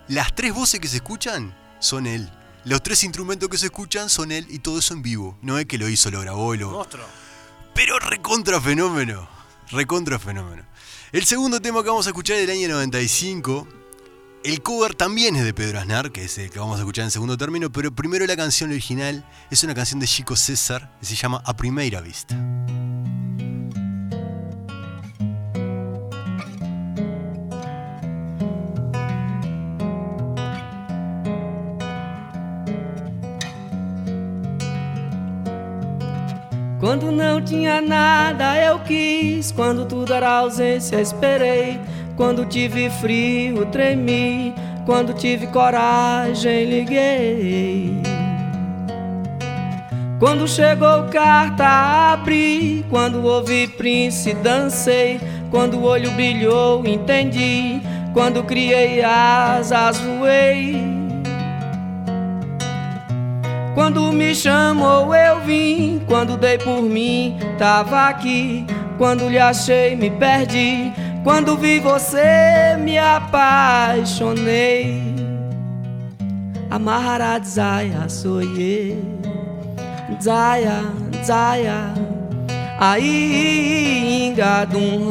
Speaker 4: Las tres voces que se escuchan son él. Los tres instrumentos que se escuchan son él y todo eso en vivo. No es que lo hizo, lo grabó, lo,
Speaker 3: Monstruo.
Speaker 4: pero recontra fenómeno. Recontra fenómeno. El segundo tema que vamos a escuchar es del año 95. El cover también es de Pedro Aznar, que es el que vamos a escuchar en segundo término, pero primero la canción original es una canción de Chico César que se llama A Primera Vista.
Speaker 7: Quando não tinha nada eu quis, quando tudo era ausência esperei, quando tive frio tremi, quando tive coragem liguei. Quando chegou carta abri, quando ouvi Prince dancei, quando o olho brilhou entendi, quando criei asas voei. Quando me chamou eu vim, quando dei por mim, tava aqui. Quando lhe achei, me perdi. Quando vi você, me apaixonei. Amarra Zaya, sou eu. Zaya, Zaya. Aí, engadum.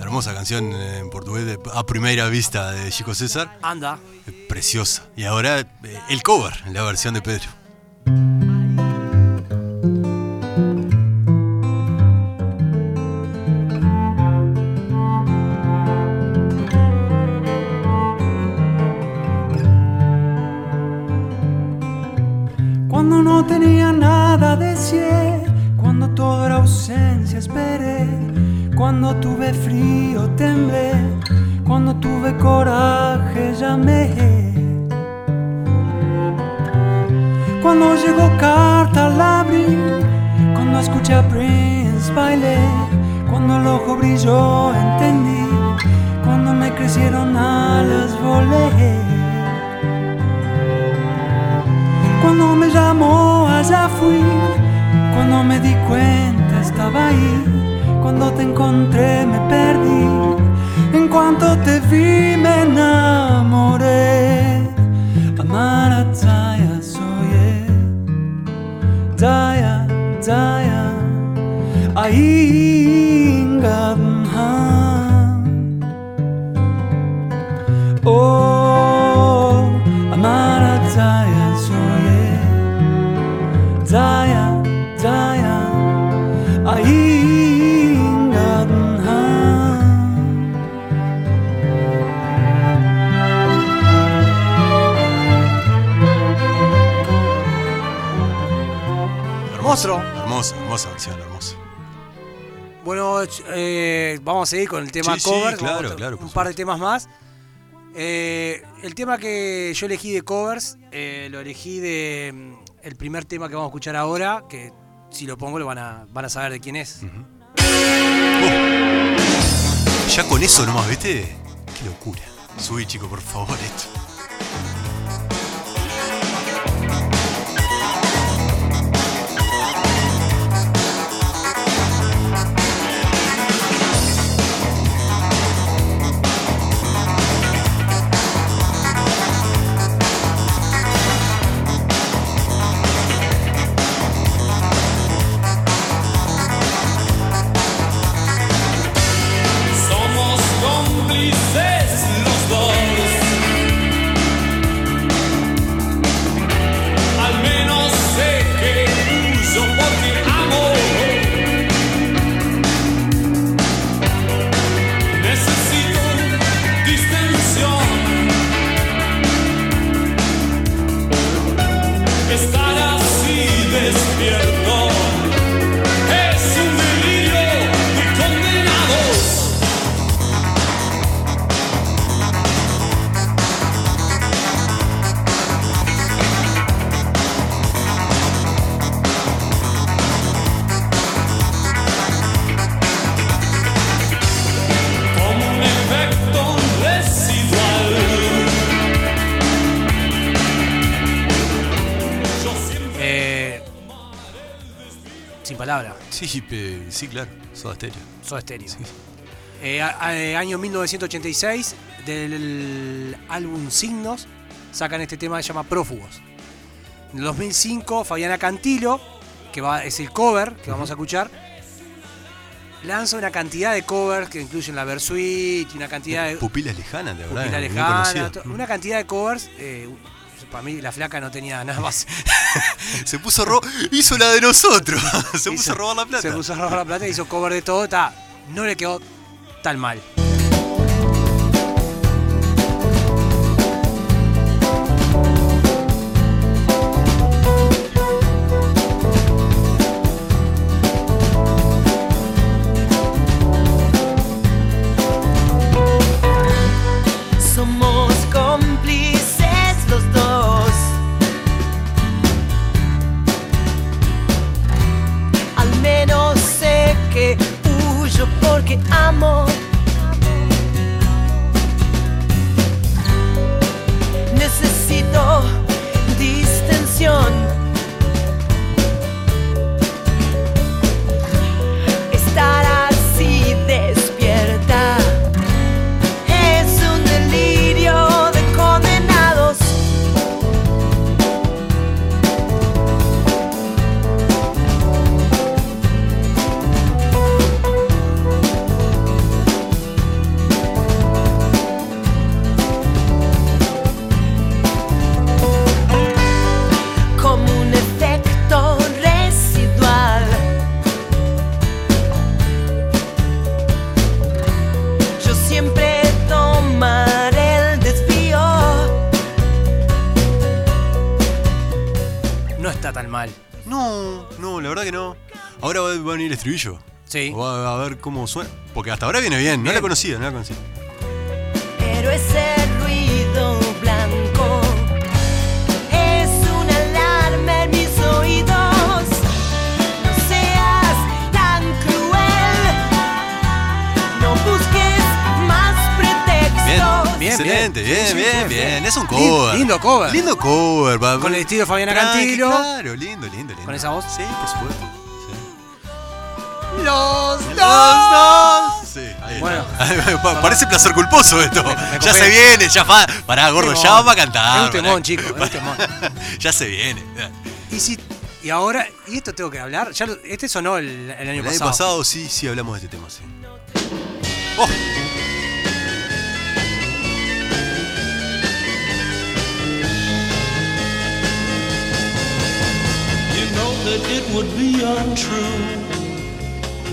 Speaker 4: Hermosa canción en portugués de A Primera Vista de Chico César.
Speaker 3: Anda.
Speaker 4: Eh, Preciosa. Y ahora eh, el cover, la versión de Pedro.
Speaker 7: Quando não no tenía nada deseé cuando toda era ausencia esperé cuando tuve frío temblé cuando tuve coraje llamé cuando llegó carta la abrí cuando escuché a Prince bailé cuando el ojo brilló entendí cuando me crecieron alas volé Cuando me llamó allá fui, cuando me di cuenta estaba ahí, cuando te encontré me perdí, en cuanto te vi me enamoré. Amara Taya soy, Taya, Taya, Aingadham. Oh, amara Taya soy, Taya, Taya, Aingadham.
Speaker 3: Hermoso.
Speaker 4: Hermosa, hermosa versión, hermosa.
Speaker 3: Bueno, eh, vamos a seguir con el tema
Speaker 4: Sí, sí,
Speaker 3: cover.
Speaker 4: claro,
Speaker 3: vamos a-
Speaker 4: claro, por
Speaker 3: Un par de temas más. Eh, el tema que yo elegí de covers, eh, lo elegí de mm, el primer tema que vamos a escuchar ahora, que si lo pongo lo van a, van a saber de quién es.
Speaker 4: Ya con eso nomás, ¿viste? Qué locura. Subí, chico, por favor, esto.
Speaker 6: Somos cómplices los dos. Al menos sé que huyo porque amo. Necesito distensión. Estar así despierto es un delirio de condenados. Como un efecto residual Yo siempre
Speaker 3: Eh, sin palabra,
Speaker 4: Sí, pe- sí, claro. Soda Stereo.
Speaker 3: Soda Stereo.
Speaker 4: Sí.
Speaker 3: Eh, a- a- año 1986, del álbum Signos, sacan este tema que se llama Prófugos. En el 2005, Fabiana Cantilo, que va, es el cover que vamos a escuchar, lanza una cantidad de covers que incluyen la Versuit y una cantidad de.
Speaker 4: Pupilas lejanas, de verdad.
Speaker 3: Eh, Pupila
Speaker 4: muy
Speaker 3: Lejana,
Speaker 4: conocido.
Speaker 3: to- una cantidad de covers. eh, para mí, la flaca no tenía nada más.
Speaker 4: Se puso ro... Hizo la de nosotros. se puso
Speaker 3: Hizo-
Speaker 4: a robar la plata.
Speaker 3: Se puso a robar la plata y hizo cover de todo. ta, no le quedó tan mal.
Speaker 8: Somos cómplices los dos. Al menos sé que huyo porque amo. Necesito distensión. Estar así despierta. Es un delirio de condenados.
Speaker 4: No, no, la verdad que no. Ahora va va a venir el estribillo.
Speaker 3: Sí.
Speaker 4: Va a ver cómo suena. Porque hasta ahora viene bien. No la conocía, no la conocía.
Speaker 5: Pero ese ruido blanco es una alarma en mis oídos. No seas tan cruel. No busques más
Speaker 4: Bien,
Speaker 5: pretextos.
Speaker 3: Bien,
Speaker 4: excelente,
Speaker 3: bien.
Speaker 4: bien,
Speaker 3: Sí, sí,
Speaker 4: bien, bien,
Speaker 3: bien, bien.
Speaker 4: Es un
Speaker 3: Lin-
Speaker 4: cover.
Speaker 3: lindo cover.
Speaker 4: Lindo cover. va-
Speaker 3: Con el estilo Fabiana
Speaker 4: Tranqui,
Speaker 3: Cantilo.
Speaker 4: Claro, lindo, lindo, lindo.
Speaker 3: Con esa voz.
Speaker 4: Sí, por supuesto. Sí.
Speaker 3: Los
Speaker 4: Sí, ahí está.
Speaker 3: Bueno.
Speaker 4: Pa- Parece placer culposo esto.
Speaker 3: me
Speaker 4: ya
Speaker 3: copé.
Speaker 4: se viene, ya va. Pará, gordo, ya va a cantar.
Speaker 3: Es un temón,
Speaker 4: pará.
Speaker 3: chicos, es un temón.
Speaker 4: ya se viene.
Speaker 3: Y si. Y ahora, y esto tengo que hablar. Ya lo- este sonó el, el año
Speaker 4: El año
Speaker 3: pasado.
Speaker 4: pasado sí, sí hablamos de este tema, sí. Oh.
Speaker 6: You know that it would be untrue.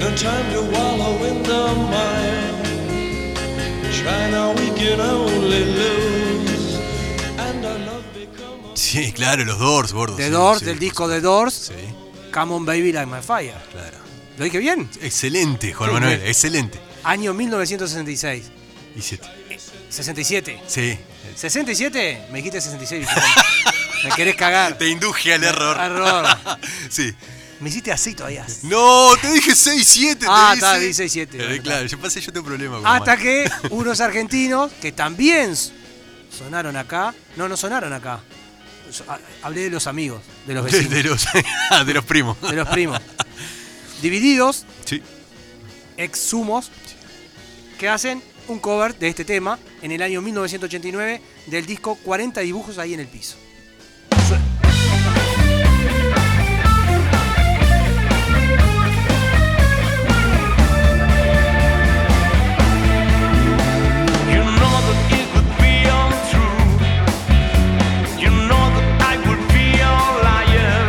Speaker 6: No time to wallow in the mire. Try now, we can only lose. And our love become a
Speaker 4: Sí, claro, los Doors, gordo.
Speaker 3: The
Speaker 4: sí,
Speaker 3: Doors,
Speaker 4: sí.
Speaker 3: del disco The Doors,
Speaker 4: Sí,
Speaker 3: Come on Baby Like My Fire.
Speaker 4: claro.
Speaker 3: ¿Lo dije bien?
Speaker 4: Excelente, Juan
Speaker 3: Sí,
Speaker 4: Manuel,
Speaker 3: sí.
Speaker 4: excelente.
Speaker 3: Año 1966.
Speaker 4: Y siete.
Speaker 3: 67.
Speaker 4: Sí.
Speaker 3: 67, me dijiste 66. disculpame. me querés cagar.
Speaker 4: Te induje al error.
Speaker 3: Error.
Speaker 4: sí.
Speaker 3: Me hiciste así todavía.
Speaker 4: No, te dije 6-7.
Speaker 3: Ah,
Speaker 4: te
Speaker 3: está,
Speaker 4: dije.
Speaker 3: dije 6-7,
Speaker 4: Pero
Speaker 3: bueno, Ah,
Speaker 4: claro, yo pasé, yo tengo problema con
Speaker 3: Hasta
Speaker 4: Manuel.
Speaker 3: que unos argentinos que también s- sonaron acá. No, no sonaron acá. So- ha- Hablé de los amigos, de los
Speaker 4: De, de
Speaker 3: vecinos,
Speaker 4: los, ah, de los primos.
Speaker 3: de los primos. Divididos,
Speaker 4: Sí.
Speaker 3: exhumos, que hacen un cover de este tema en el año 1989 del disco 40 dibujos ahí en el piso.
Speaker 6: You know that it would be untrue. You know that I would be a liar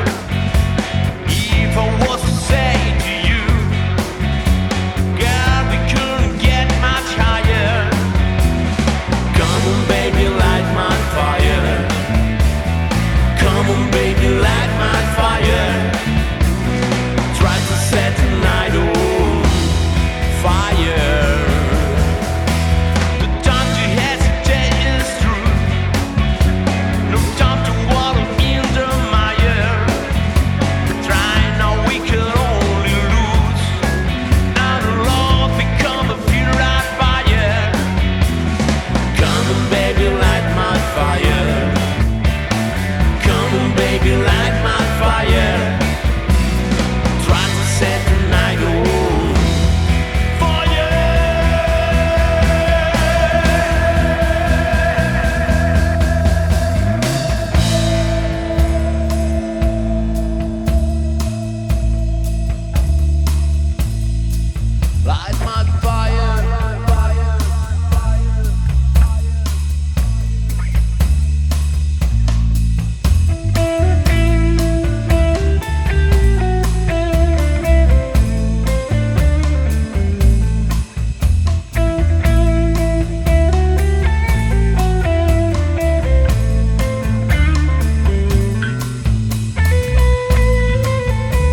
Speaker 6: if I was to say to you, God, we couldn't get much higher. Come on, baby, light my fire. Come on, baby, light my fire. Try to set the night on fire. The time to hesitate is through. No time to wallow in the mire. Try now, we can only lose. Our love become a funeral fire. Come on, baby, light my fire. Come on, baby, light my fire. Try to set the night on fire. Light my fire.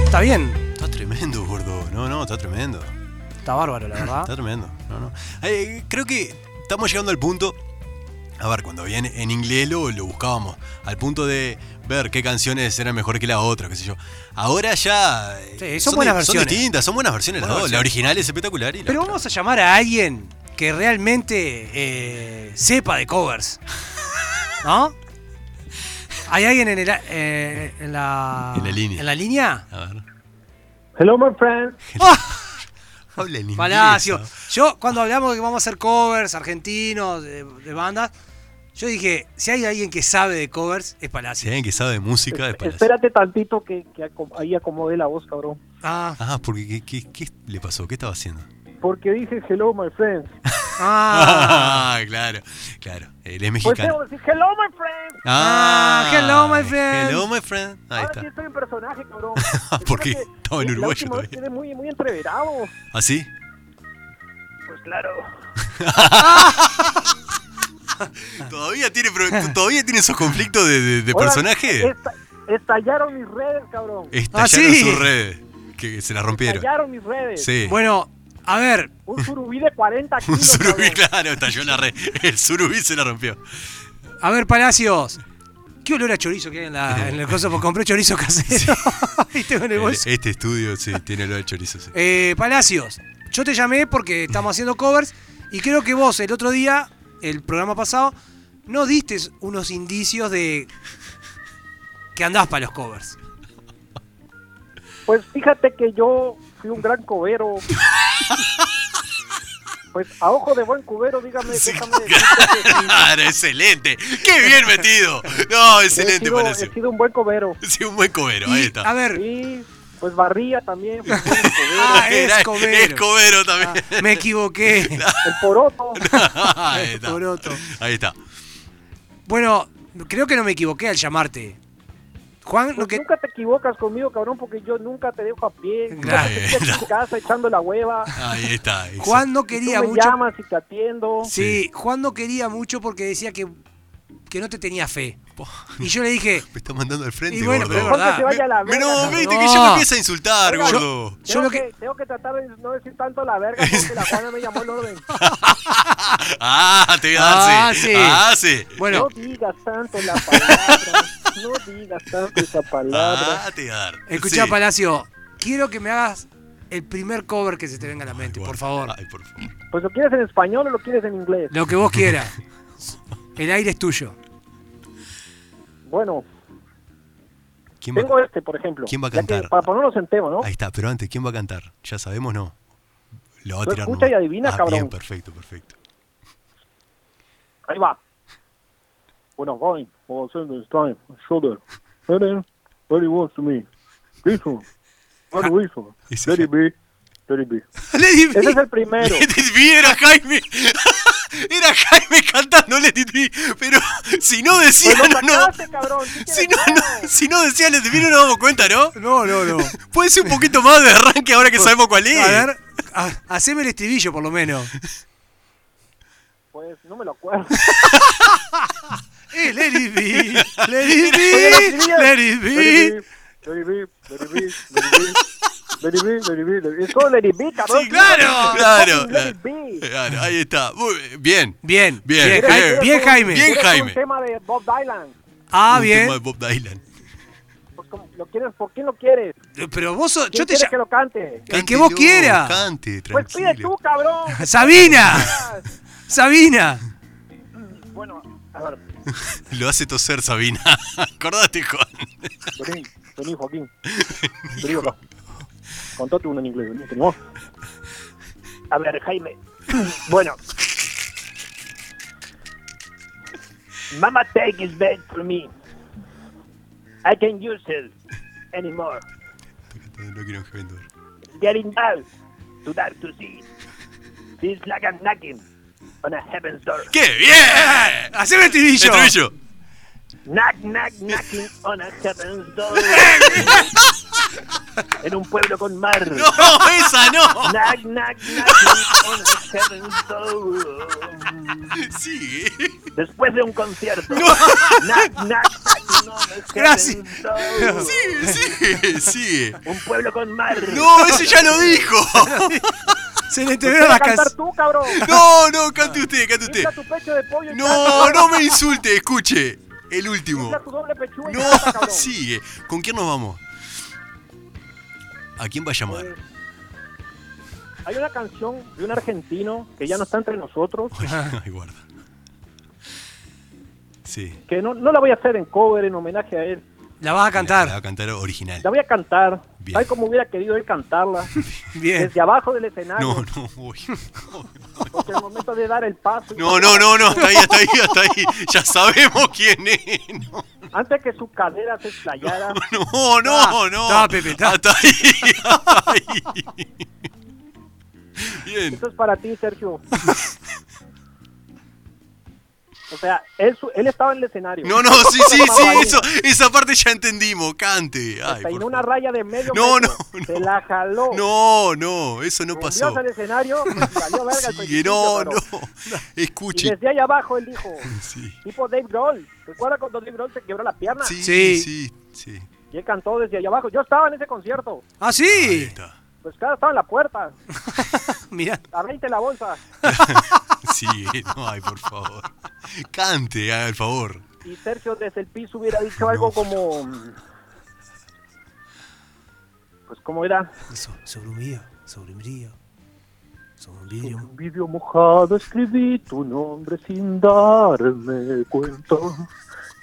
Speaker 3: Está bien,
Speaker 4: Está tremendo, gordo. No, no, está tremendo.
Speaker 3: está bárbaro, la
Speaker 4: Está
Speaker 3: verdad.
Speaker 4: tremendo. No, no. Eh, creo que estamos llegando al punto. A ver, cuando viene en inglés lo, lo buscábamos. Al punto de ver qué canciones eran mejor que la otra, qué sé yo. Ahora ya. eh,
Speaker 3: Sí, son buenas
Speaker 4: di-
Speaker 3: versiones.
Speaker 4: Son distintas, son buenas versiones las
Speaker 3: Buenas
Speaker 4: dos. La original es espectacular y la
Speaker 3: Pero
Speaker 4: otra-
Speaker 3: vamos a llamar a alguien que realmente eh, sepa de covers. ¿No? ¿Hay alguien en, el a- eh, en la,
Speaker 4: En la línea.
Speaker 3: ¿En la línea?
Speaker 4: A ver.
Speaker 9: Hello, my friend.
Speaker 3: ¡Ah!
Speaker 4: Habla en inglés,
Speaker 3: Palacio.
Speaker 4: ¿no?
Speaker 3: Yo, cuando hablamos de que vamos a hacer covers argentinos, de, de bandas, Yo dije, si hay alguien que sabe de covers, es Palacio.
Speaker 4: Si hay alguien que sabe de música, es Palacio.
Speaker 9: Espérate tantito que, que acom- ahí acomodé la voz, cabrón.
Speaker 3: Ah,
Speaker 4: Ah, porque ¿qué, qué, qué le pasó? ¿Qué estaba haciendo?
Speaker 9: Porque dije hello, my friends.
Speaker 3: ah,
Speaker 4: Ah, claro, claro. Él es
Speaker 9: Pues
Speaker 4: mexicano.
Speaker 9: debo decir hello, my friends.
Speaker 3: Ah, hello, my friend.
Speaker 4: Hello, my friend. Ahí
Speaker 9: Ahora
Speaker 4: está.
Speaker 9: sí estoy en personaje, cabrón.
Speaker 4: ¿Por qué?
Speaker 9: Espérate,
Speaker 4: Estaba en
Speaker 9: la
Speaker 4: Uruguay
Speaker 9: última vez
Speaker 4: todavía.
Speaker 9: quedé muy, muy entreverado.
Speaker 4: ¿Ah, sí?
Speaker 9: Pues claro.
Speaker 3: Ah.
Speaker 4: ¿Todavía tiene, pro- ¿Todavía tiene esos conflictos de, de- de
Speaker 9: Ahora,
Speaker 4: personaje?
Speaker 9: esta- estallaron mis redes, cabrón.
Speaker 4: Estallaron
Speaker 3: Ah, sí.
Speaker 4: sus redes. Que se las rompieron.
Speaker 9: Estallaron mis redes.
Speaker 4: Sí.
Speaker 3: bueno, a ver,
Speaker 9: Un surubí de 40
Speaker 4: Un
Speaker 9: kilos.
Speaker 4: surubí,
Speaker 9: cabrón.
Speaker 4: claro, estalló la red. El surubí se la rompió.
Speaker 3: a ver, Palacios. ¿Qué olor a chorizo que hay en, la, en el coso? Porque compré chorizo casero. y tengo en el
Speaker 4: Eh,
Speaker 3: bolso.
Speaker 4: Este estudio, sí, tiene lo de chorizo. sí.
Speaker 3: Eh, Palacios, yo te llamé porque estamos haciendo covers y creo que vos el otro día, el programa pasado, no diste unos indicios de que andás para los covers.
Speaker 9: Pues fíjate que yo fui un gran cubero. Pues a ojo de buen cubero,
Speaker 3: Eh,
Speaker 9: dígame, déjame decirte que sí.
Speaker 4: Claro, excelente. ¡Qué bien metido! No,
Speaker 9: He
Speaker 4: excelente,
Speaker 9: sido,
Speaker 4: Palacio.
Speaker 9: he sido un buen cobero.
Speaker 4: Sí, un buen cobero,
Speaker 3: Y,
Speaker 4: ahí está.
Speaker 3: A ver,
Speaker 9: Y pues barría también. pues, fui un buen cubero.
Speaker 3: ah, es
Speaker 4: Era-
Speaker 3: cobero.
Speaker 4: es cobero también.
Speaker 3: me equivoqué.
Speaker 9: El poroto. Pues
Speaker 4: ahí está.
Speaker 3: Ah. Por otro.
Speaker 4: Ahí está.
Speaker 3: Bueno, creo que no me equivoqué al llamarte. Juan, lo
Speaker 9: Pues
Speaker 3: que...
Speaker 9: Nunca te equivocas conmigo, cabrón, porque yo nunca te dejo a pie. Nunca
Speaker 3: Claro.
Speaker 9: te estoy en tu casa echando la hueva.
Speaker 4: Ahí está. ahí está.
Speaker 3: Juan no
Speaker 9: Y
Speaker 3: quería
Speaker 9: tú me
Speaker 3: mucho.
Speaker 9: llamas y te atiendo.
Speaker 3: Sí, Juan no quería mucho porque decía que, que no te tenía fe. Y yo le dije,
Speaker 4: Me está mandando al frente,
Speaker 3: Y bueno,
Speaker 4: gordo.
Speaker 3: pero es verdad.
Speaker 9: Que se vaya a
Speaker 4: Me-
Speaker 9: la
Speaker 4: me-
Speaker 9: verga,
Speaker 4: no,
Speaker 9: cabrón.
Speaker 4: viste que ya me
Speaker 3: No.
Speaker 4: empieza a insultar,
Speaker 9: Oiga,
Speaker 4: gordo.
Speaker 3: yo
Speaker 9: Tengo
Speaker 3: lo
Speaker 9: que...
Speaker 3: que-
Speaker 9: tengo que tratar de no decir tanto la verga porque la Juana me llamó el orden.
Speaker 4: Ah, te voy a dar,
Speaker 3: Ah,
Speaker 4: sí.
Speaker 3: sí.
Speaker 4: Ah, sí.
Speaker 3: bueno,
Speaker 9: No digas tanto la palabra. no digas tanto esa palabra.
Speaker 4: Ah, te voy a dar.
Speaker 3: escuchá
Speaker 4: Sí.
Speaker 3: Palacio, quiero que me hagas el primer cover que se te venga a la mente,
Speaker 4: Ay,
Speaker 3: por
Speaker 4: bueno.
Speaker 3: favor.
Speaker 4: Ay, por favor.
Speaker 9: Pues lo quieres en español o lo quieres en inglés.
Speaker 3: Lo que vos quieras. El aire es tuyo.
Speaker 9: Bueno,
Speaker 4: ¿Quién va-
Speaker 9: tengo este, por ejemplo.
Speaker 4: ¿Quién va a
Speaker 9: Ya que-
Speaker 4: cantar?
Speaker 9: para ponernos en tema, ¿no?
Speaker 4: Ahí está, pero antes, ¿quién va a cantar? Ya sabemos, no. Lo va a
Speaker 9: Lo
Speaker 4: tirar.
Speaker 9: escucha
Speaker 4: nomás.
Speaker 9: y adivina,
Speaker 4: ah,
Speaker 9: cabrón.
Speaker 4: Bien, perfecto, perfecto.
Speaker 9: Ahí va. Bueno, going. Well, send this time. Shoulder. And then, very wants to me. This one. What do we for?
Speaker 4: Ese
Speaker 9: Let
Speaker 4: ya-
Speaker 9: it be. Let it be.
Speaker 4: Lady
Speaker 9: Ese es el primero.
Speaker 4: Lady B era Jaime. Era Jaime cantando Lady B. Pero si no decía,
Speaker 9: Pues
Speaker 4: no,
Speaker 9: lo
Speaker 4: no.
Speaker 9: sacaste, cabrón. ¿Qué
Speaker 4: Si no,
Speaker 9: quieres que haga?
Speaker 4: no, si no decía Lady B, no nos damos cuenta, ¿no?
Speaker 3: No, no, no.
Speaker 4: Puede ser un poquito más de arranque ahora que
Speaker 9: Pues,
Speaker 4: sabemos cuál es.
Speaker 3: A ver, ha- haceme el estribillo por lo menos.
Speaker 9: Pues no me lo acuerdo.
Speaker 3: Eh, let it be, let it
Speaker 9: Oye,
Speaker 3: be,
Speaker 9: la
Speaker 3: let it be.
Speaker 9: Let it be. Let it be. Let it be. Let it be. Let it be. Let it be. Es como Let it be, cabrón.
Speaker 4: Sí, claro, claro,
Speaker 9: Let it
Speaker 4: claro.
Speaker 9: be.
Speaker 4: Claro, ahí está. Muy bien.
Speaker 3: Bien,
Speaker 4: Bien,
Speaker 3: bien,
Speaker 4: bien.
Speaker 3: Jaime. bien, Jaime.
Speaker 4: Bien,
Speaker 9: ¿Quieres
Speaker 4: Jaime.
Speaker 9: un tema de Bob Dylan?
Speaker 3: Ah,
Speaker 4: Un
Speaker 3: bien.
Speaker 4: tema de Bob Dylan.
Speaker 9: Pues, ¿cómo- ¿Lo quieres? ¿Por quién lo quieres?
Speaker 3: Pero vos, sos- yo
Speaker 9: ¿Quién
Speaker 3: te
Speaker 9: quieres
Speaker 3: llamo.
Speaker 9: que lo cante?
Speaker 3: El que vos
Speaker 4: Cántelo,
Speaker 3: quieras.
Speaker 4: Cante,
Speaker 9: Pues pide
Speaker 4: tranquilo.
Speaker 9: tú, cabrón.
Speaker 3: Sabina, Sabina.
Speaker 9: Bueno, a ver,
Speaker 4: Lo hace toser Sabina. Acordate, Juan.
Speaker 9: vení, vení, Joaquín. Vení acá. Contate uno en inglés, vení, vení vos. A ver, Jaime. Bueno. Mama take is bad for me. I can't use it anymore.
Speaker 4: No quiero engendrar.
Speaker 9: Getting down to dark to see. Feels like I'm knocking on a heaven's door.
Speaker 4: ¡Qué bien!
Speaker 3: Haceme el estribillo.
Speaker 4: Estribillo.
Speaker 9: Knock, knock, knocking on a heaven's door. en un pueblo con mar.
Speaker 4: No, esa no.
Speaker 9: Knock, knock, knocking on a heaven's door.
Speaker 4: Sigue.
Speaker 9: Después de un concierto. Knock, knock, knocking on a heaven's
Speaker 3: Gracias.
Speaker 9: door.
Speaker 4: Sigue, sigue, sigue.
Speaker 9: Un pueblo con mar.
Speaker 4: No, ese ya lo dijo.
Speaker 3: Se le te veo las canciones.
Speaker 9: tú, cabrón.
Speaker 4: No, no, cante usted, cante usted.
Speaker 9: tu pecho de pollo.
Speaker 4: No, no me insulte, escuche. El último.
Speaker 9: doble pechuga.
Speaker 4: No, sigue. ¿Con quién nos vamos? ¿A quién va a llamar?
Speaker 9: Hay una canción de un argentino que ya no está entre nosotros.
Speaker 4: Ay, guarda. Sí.
Speaker 9: Que no, no la voy a hacer en cover en homenaje a él.
Speaker 3: La vas a
Speaker 4: La va a
Speaker 3: cantar.
Speaker 4: cantar original.
Speaker 9: La voy a cantar.
Speaker 4: Bien.
Speaker 9: Ay, como hubiera querido él cantarla
Speaker 3: Bien.
Speaker 9: desde abajo del escenario.
Speaker 4: No, no, uy.
Speaker 9: Porque al momento de dar el paso,
Speaker 4: No, no, no, no, hasta ahí, hasta ahí, hasta ahí. Ya sabemos quién es. No,
Speaker 9: antes que su cadera se explayara,
Speaker 4: no, no. no.
Speaker 3: Ta, Ah, Pepe, ta.
Speaker 4: Hasta ahí, hasta ahí. Bien.
Speaker 9: eso es para ti, Sergio. O sea, él, su- él estaba en el escenario.
Speaker 4: No, no, sí, sí, sí,
Speaker 9: Ahí,
Speaker 4: eso, esa parte ya entendimos. Cante. Ay,
Speaker 9: hasta en
Speaker 4: por
Speaker 9: una
Speaker 4: favor.
Speaker 9: raya de medio
Speaker 4: No,
Speaker 9: metro,
Speaker 4: no, no.
Speaker 9: se la jaló.
Speaker 4: No, no, eso no
Speaker 9: Me
Speaker 4: pasó.
Speaker 9: envió al escenario, me valió verga el
Speaker 4: Sigue,
Speaker 9: sacrificio,
Speaker 4: no,
Speaker 9: pero-
Speaker 4: no.
Speaker 9: Y
Speaker 4: Escuche.
Speaker 9: desde ahí abajo él dijo,
Speaker 4: Sí,
Speaker 9: tipo Dave Grohl. ¿Recuerda cuando Dave Grohl se quebró la pierna?
Speaker 4: sí,
Speaker 3: Sí.
Speaker 4: sí, sí.
Speaker 9: Y él cantó desde allá abajo. Yo estaba en ese concierto.
Speaker 3: Ah,
Speaker 4: Ahí
Speaker 3: sí.
Speaker 4: está.
Speaker 9: Pues claro, estaba en la puerta.
Speaker 3: Mirá.
Speaker 9: A 20 la bolsa.
Speaker 4: Sigue, no, ay, por favor. Cante, haga el favor.
Speaker 9: Y Sergio desde el piso hubiera dicho algo como... mm, Pues como era...
Speaker 3: So- sobre un vídeo. Sobre un vídeo. Sobre un vídeo.
Speaker 9: Un vídeo mojado escribí tu nombre sin darme cuenta.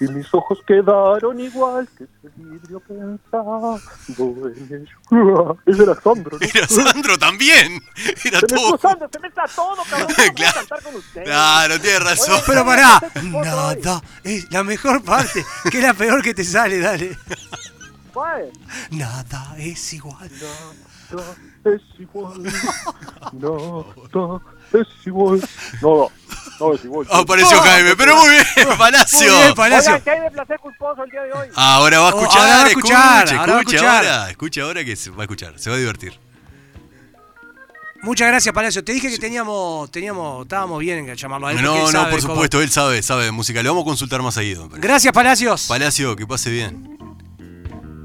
Speaker 9: Y mis ojos quedaron igual que ese vidrio pensado en ello. Ese era Sandro, ¿no?
Speaker 4: Era Sandro también. Era
Speaker 9: Se me
Speaker 4: todo.
Speaker 9: está usando, se me está todo, cabrón. ¿Cómo puedo
Speaker 4: Claro. Ah.
Speaker 9: cantar con ustedes?
Speaker 4: Claro, tiene razón.
Speaker 3: Pero pará. Nada. Es la mejor parte. Que es la peor que te sale, dale.
Speaker 9: ¿Cuál?
Speaker 3: Nada es igual.
Speaker 9: Nada es igual. Nada es igual. No, no, no es igual.
Speaker 4: Apareció Oh, Jaime, pero muy bien,
Speaker 3: Muy
Speaker 4: Palacio.
Speaker 3: bien, Palacio.
Speaker 9: Oigan, ¿qué hay de placer culposo el día de hoy?
Speaker 4: Ahora va a
Speaker 3: Oh,
Speaker 4: escuchar,
Speaker 3: ahora va a escuchar,
Speaker 4: escuche,
Speaker 3: ahora va a
Speaker 4: escuche
Speaker 3: escuchar.
Speaker 4: ahora, escuche ahora que se va a escuchar, se va a divertir.
Speaker 3: Muchas gracias, Palacio. Te dije que teníamos, teníamos, estábamos bien en llamarlo a él. porque él
Speaker 4: No, no,
Speaker 3: sabe
Speaker 4: por
Speaker 3: cómo-
Speaker 4: supuesto, él sabe, sabe de música, lo vamos a consultar más seguido. me parece.
Speaker 3: Gracias, Palacios.
Speaker 4: Palacio, que pase bien.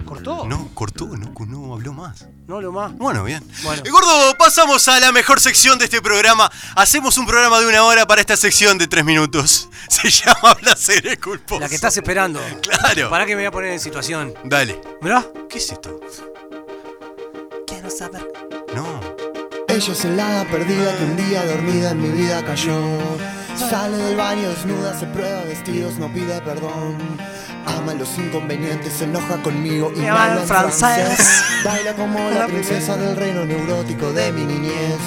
Speaker 3: ¿Cortó?
Speaker 4: No, cortó, no, no habló más.
Speaker 3: No, lo más.
Speaker 4: Bueno, bien.
Speaker 3: Bueno.
Speaker 4: Eh, Gordo, pasamos a la mejor sección de este programa. Hacemos un programa de una hora para esta sección de tres minutos. Se llama Placeres Culposos.
Speaker 3: La que estás esperando.
Speaker 4: Claro.
Speaker 3: Pará que me voy a poner en situación.
Speaker 4: Dale.
Speaker 3: Mirá.
Speaker 4: ¿Qué es esto? Quiero saber. No.
Speaker 10: Ella es la perdida que un día dormida en mi vida cayó. Sale del baño desnuda, se prueba vestidos, no pide perdón. Ama los inconvenientes, se enoja conmigo y
Speaker 3: Me
Speaker 10: me
Speaker 3: habla
Speaker 10: habla
Speaker 3: en
Speaker 10: en
Speaker 3: francés.
Speaker 10: francés. Baila como la princesa del reino neurótico de mi niñez.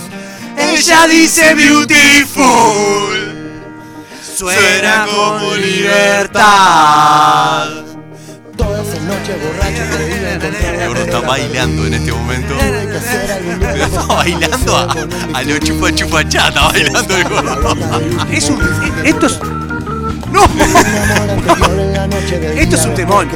Speaker 3: Ella dice
Speaker 4: beautiful. Suena como libertad.
Speaker 10: Toda esa noche borracho quería encontrar
Speaker 4: Gordo está bailando en este momento.
Speaker 10: Hay que hacer algún
Speaker 4: Pero está bailando a, a lo chupa chupa cha, está bailando el gordo.
Speaker 3: Es un. eh, Esto es. ¡No! Esto es un temón.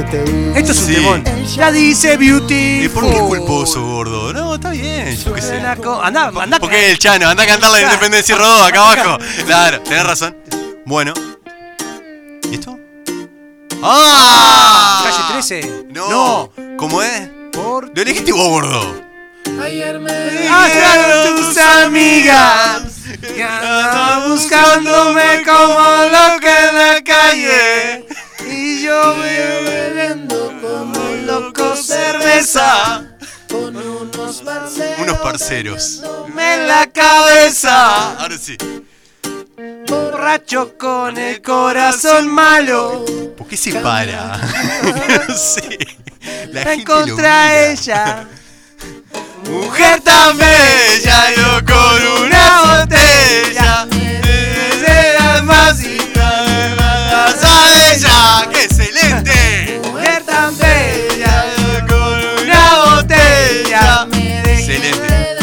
Speaker 3: Esto es un
Speaker 4: Sí.
Speaker 3: temón. Ya dice beauty.
Speaker 4: ¿Y por qué culposo, gordo? No, está bien, yo qué sé.
Speaker 3: Andá, andá.
Speaker 4: Porque el Chano, anda a cantar la Independencia y Rodó acá abajo. Claro, tenés razón. Bueno. ¿Y esto? ¡Ah!
Speaker 3: Calle 13.
Speaker 4: No. ¿Cómo es?
Speaker 3: Por.
Speaker 4: Lo elegiste vos, gordo. ¡Ah!
Speaker 3: Hasta Ah, tus amigas que andan buscándome como loca en la calle y yo me bebiendo como loco cerveza
Speaker 4: Unos parceros.
Speaker 3: me en la cabeza
Speaker 4: Ahora sí.
Speaker 3: borracho con el corazón malo
Speaker 4: ¿Por qué se para? no sé. La
Speaker 3: la
Speaker 4: gente lo
Speaker 3: encontré
Speaker 4: mira.
Speaker 3: ella
Speaker 4: Mujer tan bella, yo con una botella. Serás más y a ella. ¡Qué excelente!
Speaker 3: mujer tan bella
Speaker 4: Yo con
Speaker 3: una botella
Speaker 4: Excelente.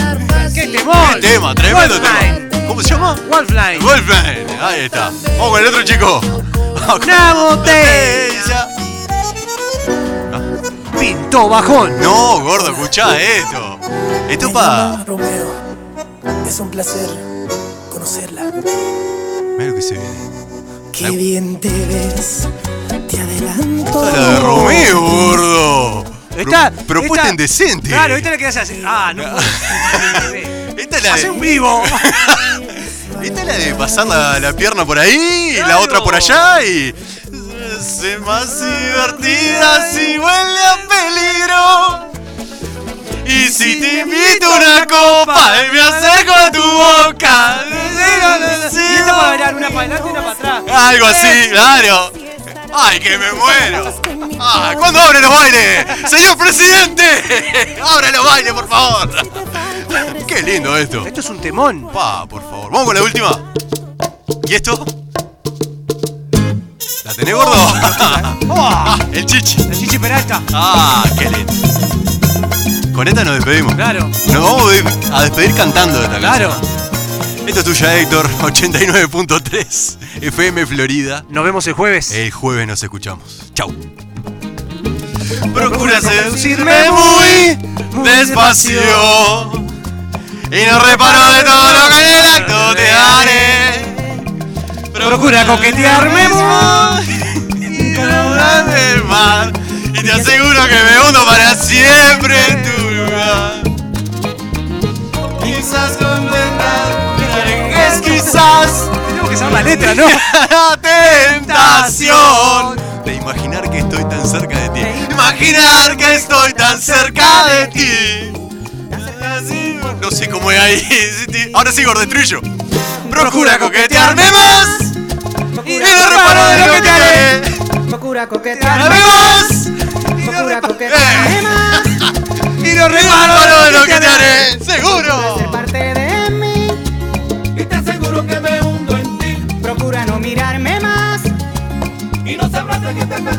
Speaker 3: qué temor
Speaker 4: Qué tema, tremendo tema. ¿Cómo se llama?
Speaker 3: Wolfline
Speaker 4: Wolfman. Ahí está. Vamos con el otro chico.
Speaker 3: Una botella. Pinto bajón.
Speaker 4: No, gordo, escuchá esto. Esto es pa.
Speaker 11: Romeo, es un placer conocerla.
Speaker 4: Mira lo que se viene.
Speaker 11: Qué bien te ves, te adelanto.
Speaker 4: Esta es la de Romeo, gordo. Pro-
Speaker 3: Esta,
Speaker 4: propuesta
Speaker 3: esta-
Speaker 4: indecente.
Speaker 3: Claro, esta es la que hace así. Ah, no puedo.
Speaker 4: Esta es la
Speaker 3: Hace un
Speaker 4: de.
Speaker 3: vivo.
Speaker 4: Esta es la de pasar la, la pierna por ahí, y la
Speaker 3: Claro.
Speaker 4: otra por allá y. Se más divertida si huele a peligro. Y si te invito una copa, me acerco a tu boca.
Speaker 3: Y esta para bailar, una para adelante y una para atrás.
Speaker 4: Algo así, claro.
Speaker 5: Si esta
Speaker 4: ¡Ay, que me muero! ¡Ah, ¿Cuándo abren los bailes? ¡Señor presidente! ¡Abra los bailes, por favor! ¡Qué lindo esto!
Speaker 3: Esto es un temón.
Speaker 4: Pa, por favor. Vamos con la última. ¿Y esto? ¿La tenés, gordo? Ah, El chichi.
Speaker 3: La Chichi Peralta.
Speaker 4: ¡Ah, qué lindo! Con esta nos despedimos.
Speaker 3: Claro.
Speaker 4: Nos vamos a despedir- a despedir cantando esta
Speaker 3: Claro.
Speaker 4: canción. Esto es tuya, Héctor. 89.3 FM Florida.
Speaker 3: Nos vemos el jueves.
Speaker 4: El jueves nos escuchamos. Chau. Procura seducirme muy despacio y no reparo de todo lo que en el acto te haré.
Speaker 3: Procura coquetearme
Speaker 4: muy y no del mar y te aseguro que me hundo para siempre en tu lugar. Quizás contenta, es quizás
Speaker 3: Tengo que saber la letra, ¿no?
Speaker 4: la tentación de imaginar que estoy tan cerca de ti. Imaginar que estoy tan cerca de ti. No sé cómo es ahí. Ahora sí, gordetrillo. Procura coquetearme más. Y no reparo de lo que te haré.
Speaker 5: Procura
Speaker 4: Dame
Speaker 5: coquetearme,
Speaker 4: más.
Speaker 5: procura
Speaker 4: Eh,
Speaker 5: coquetearme más.
Speaker 4: Y no reparo de lo que te haré.
Speaker 5: Ser
Speaker 4: Seguro.
Speaker 5: parte de mí.
Speaker 6: Y te aseguro que me hundo en ti
Speaker 5: Procura no mirarme más.
Speaker 6: y no sabrás de qué te perdí.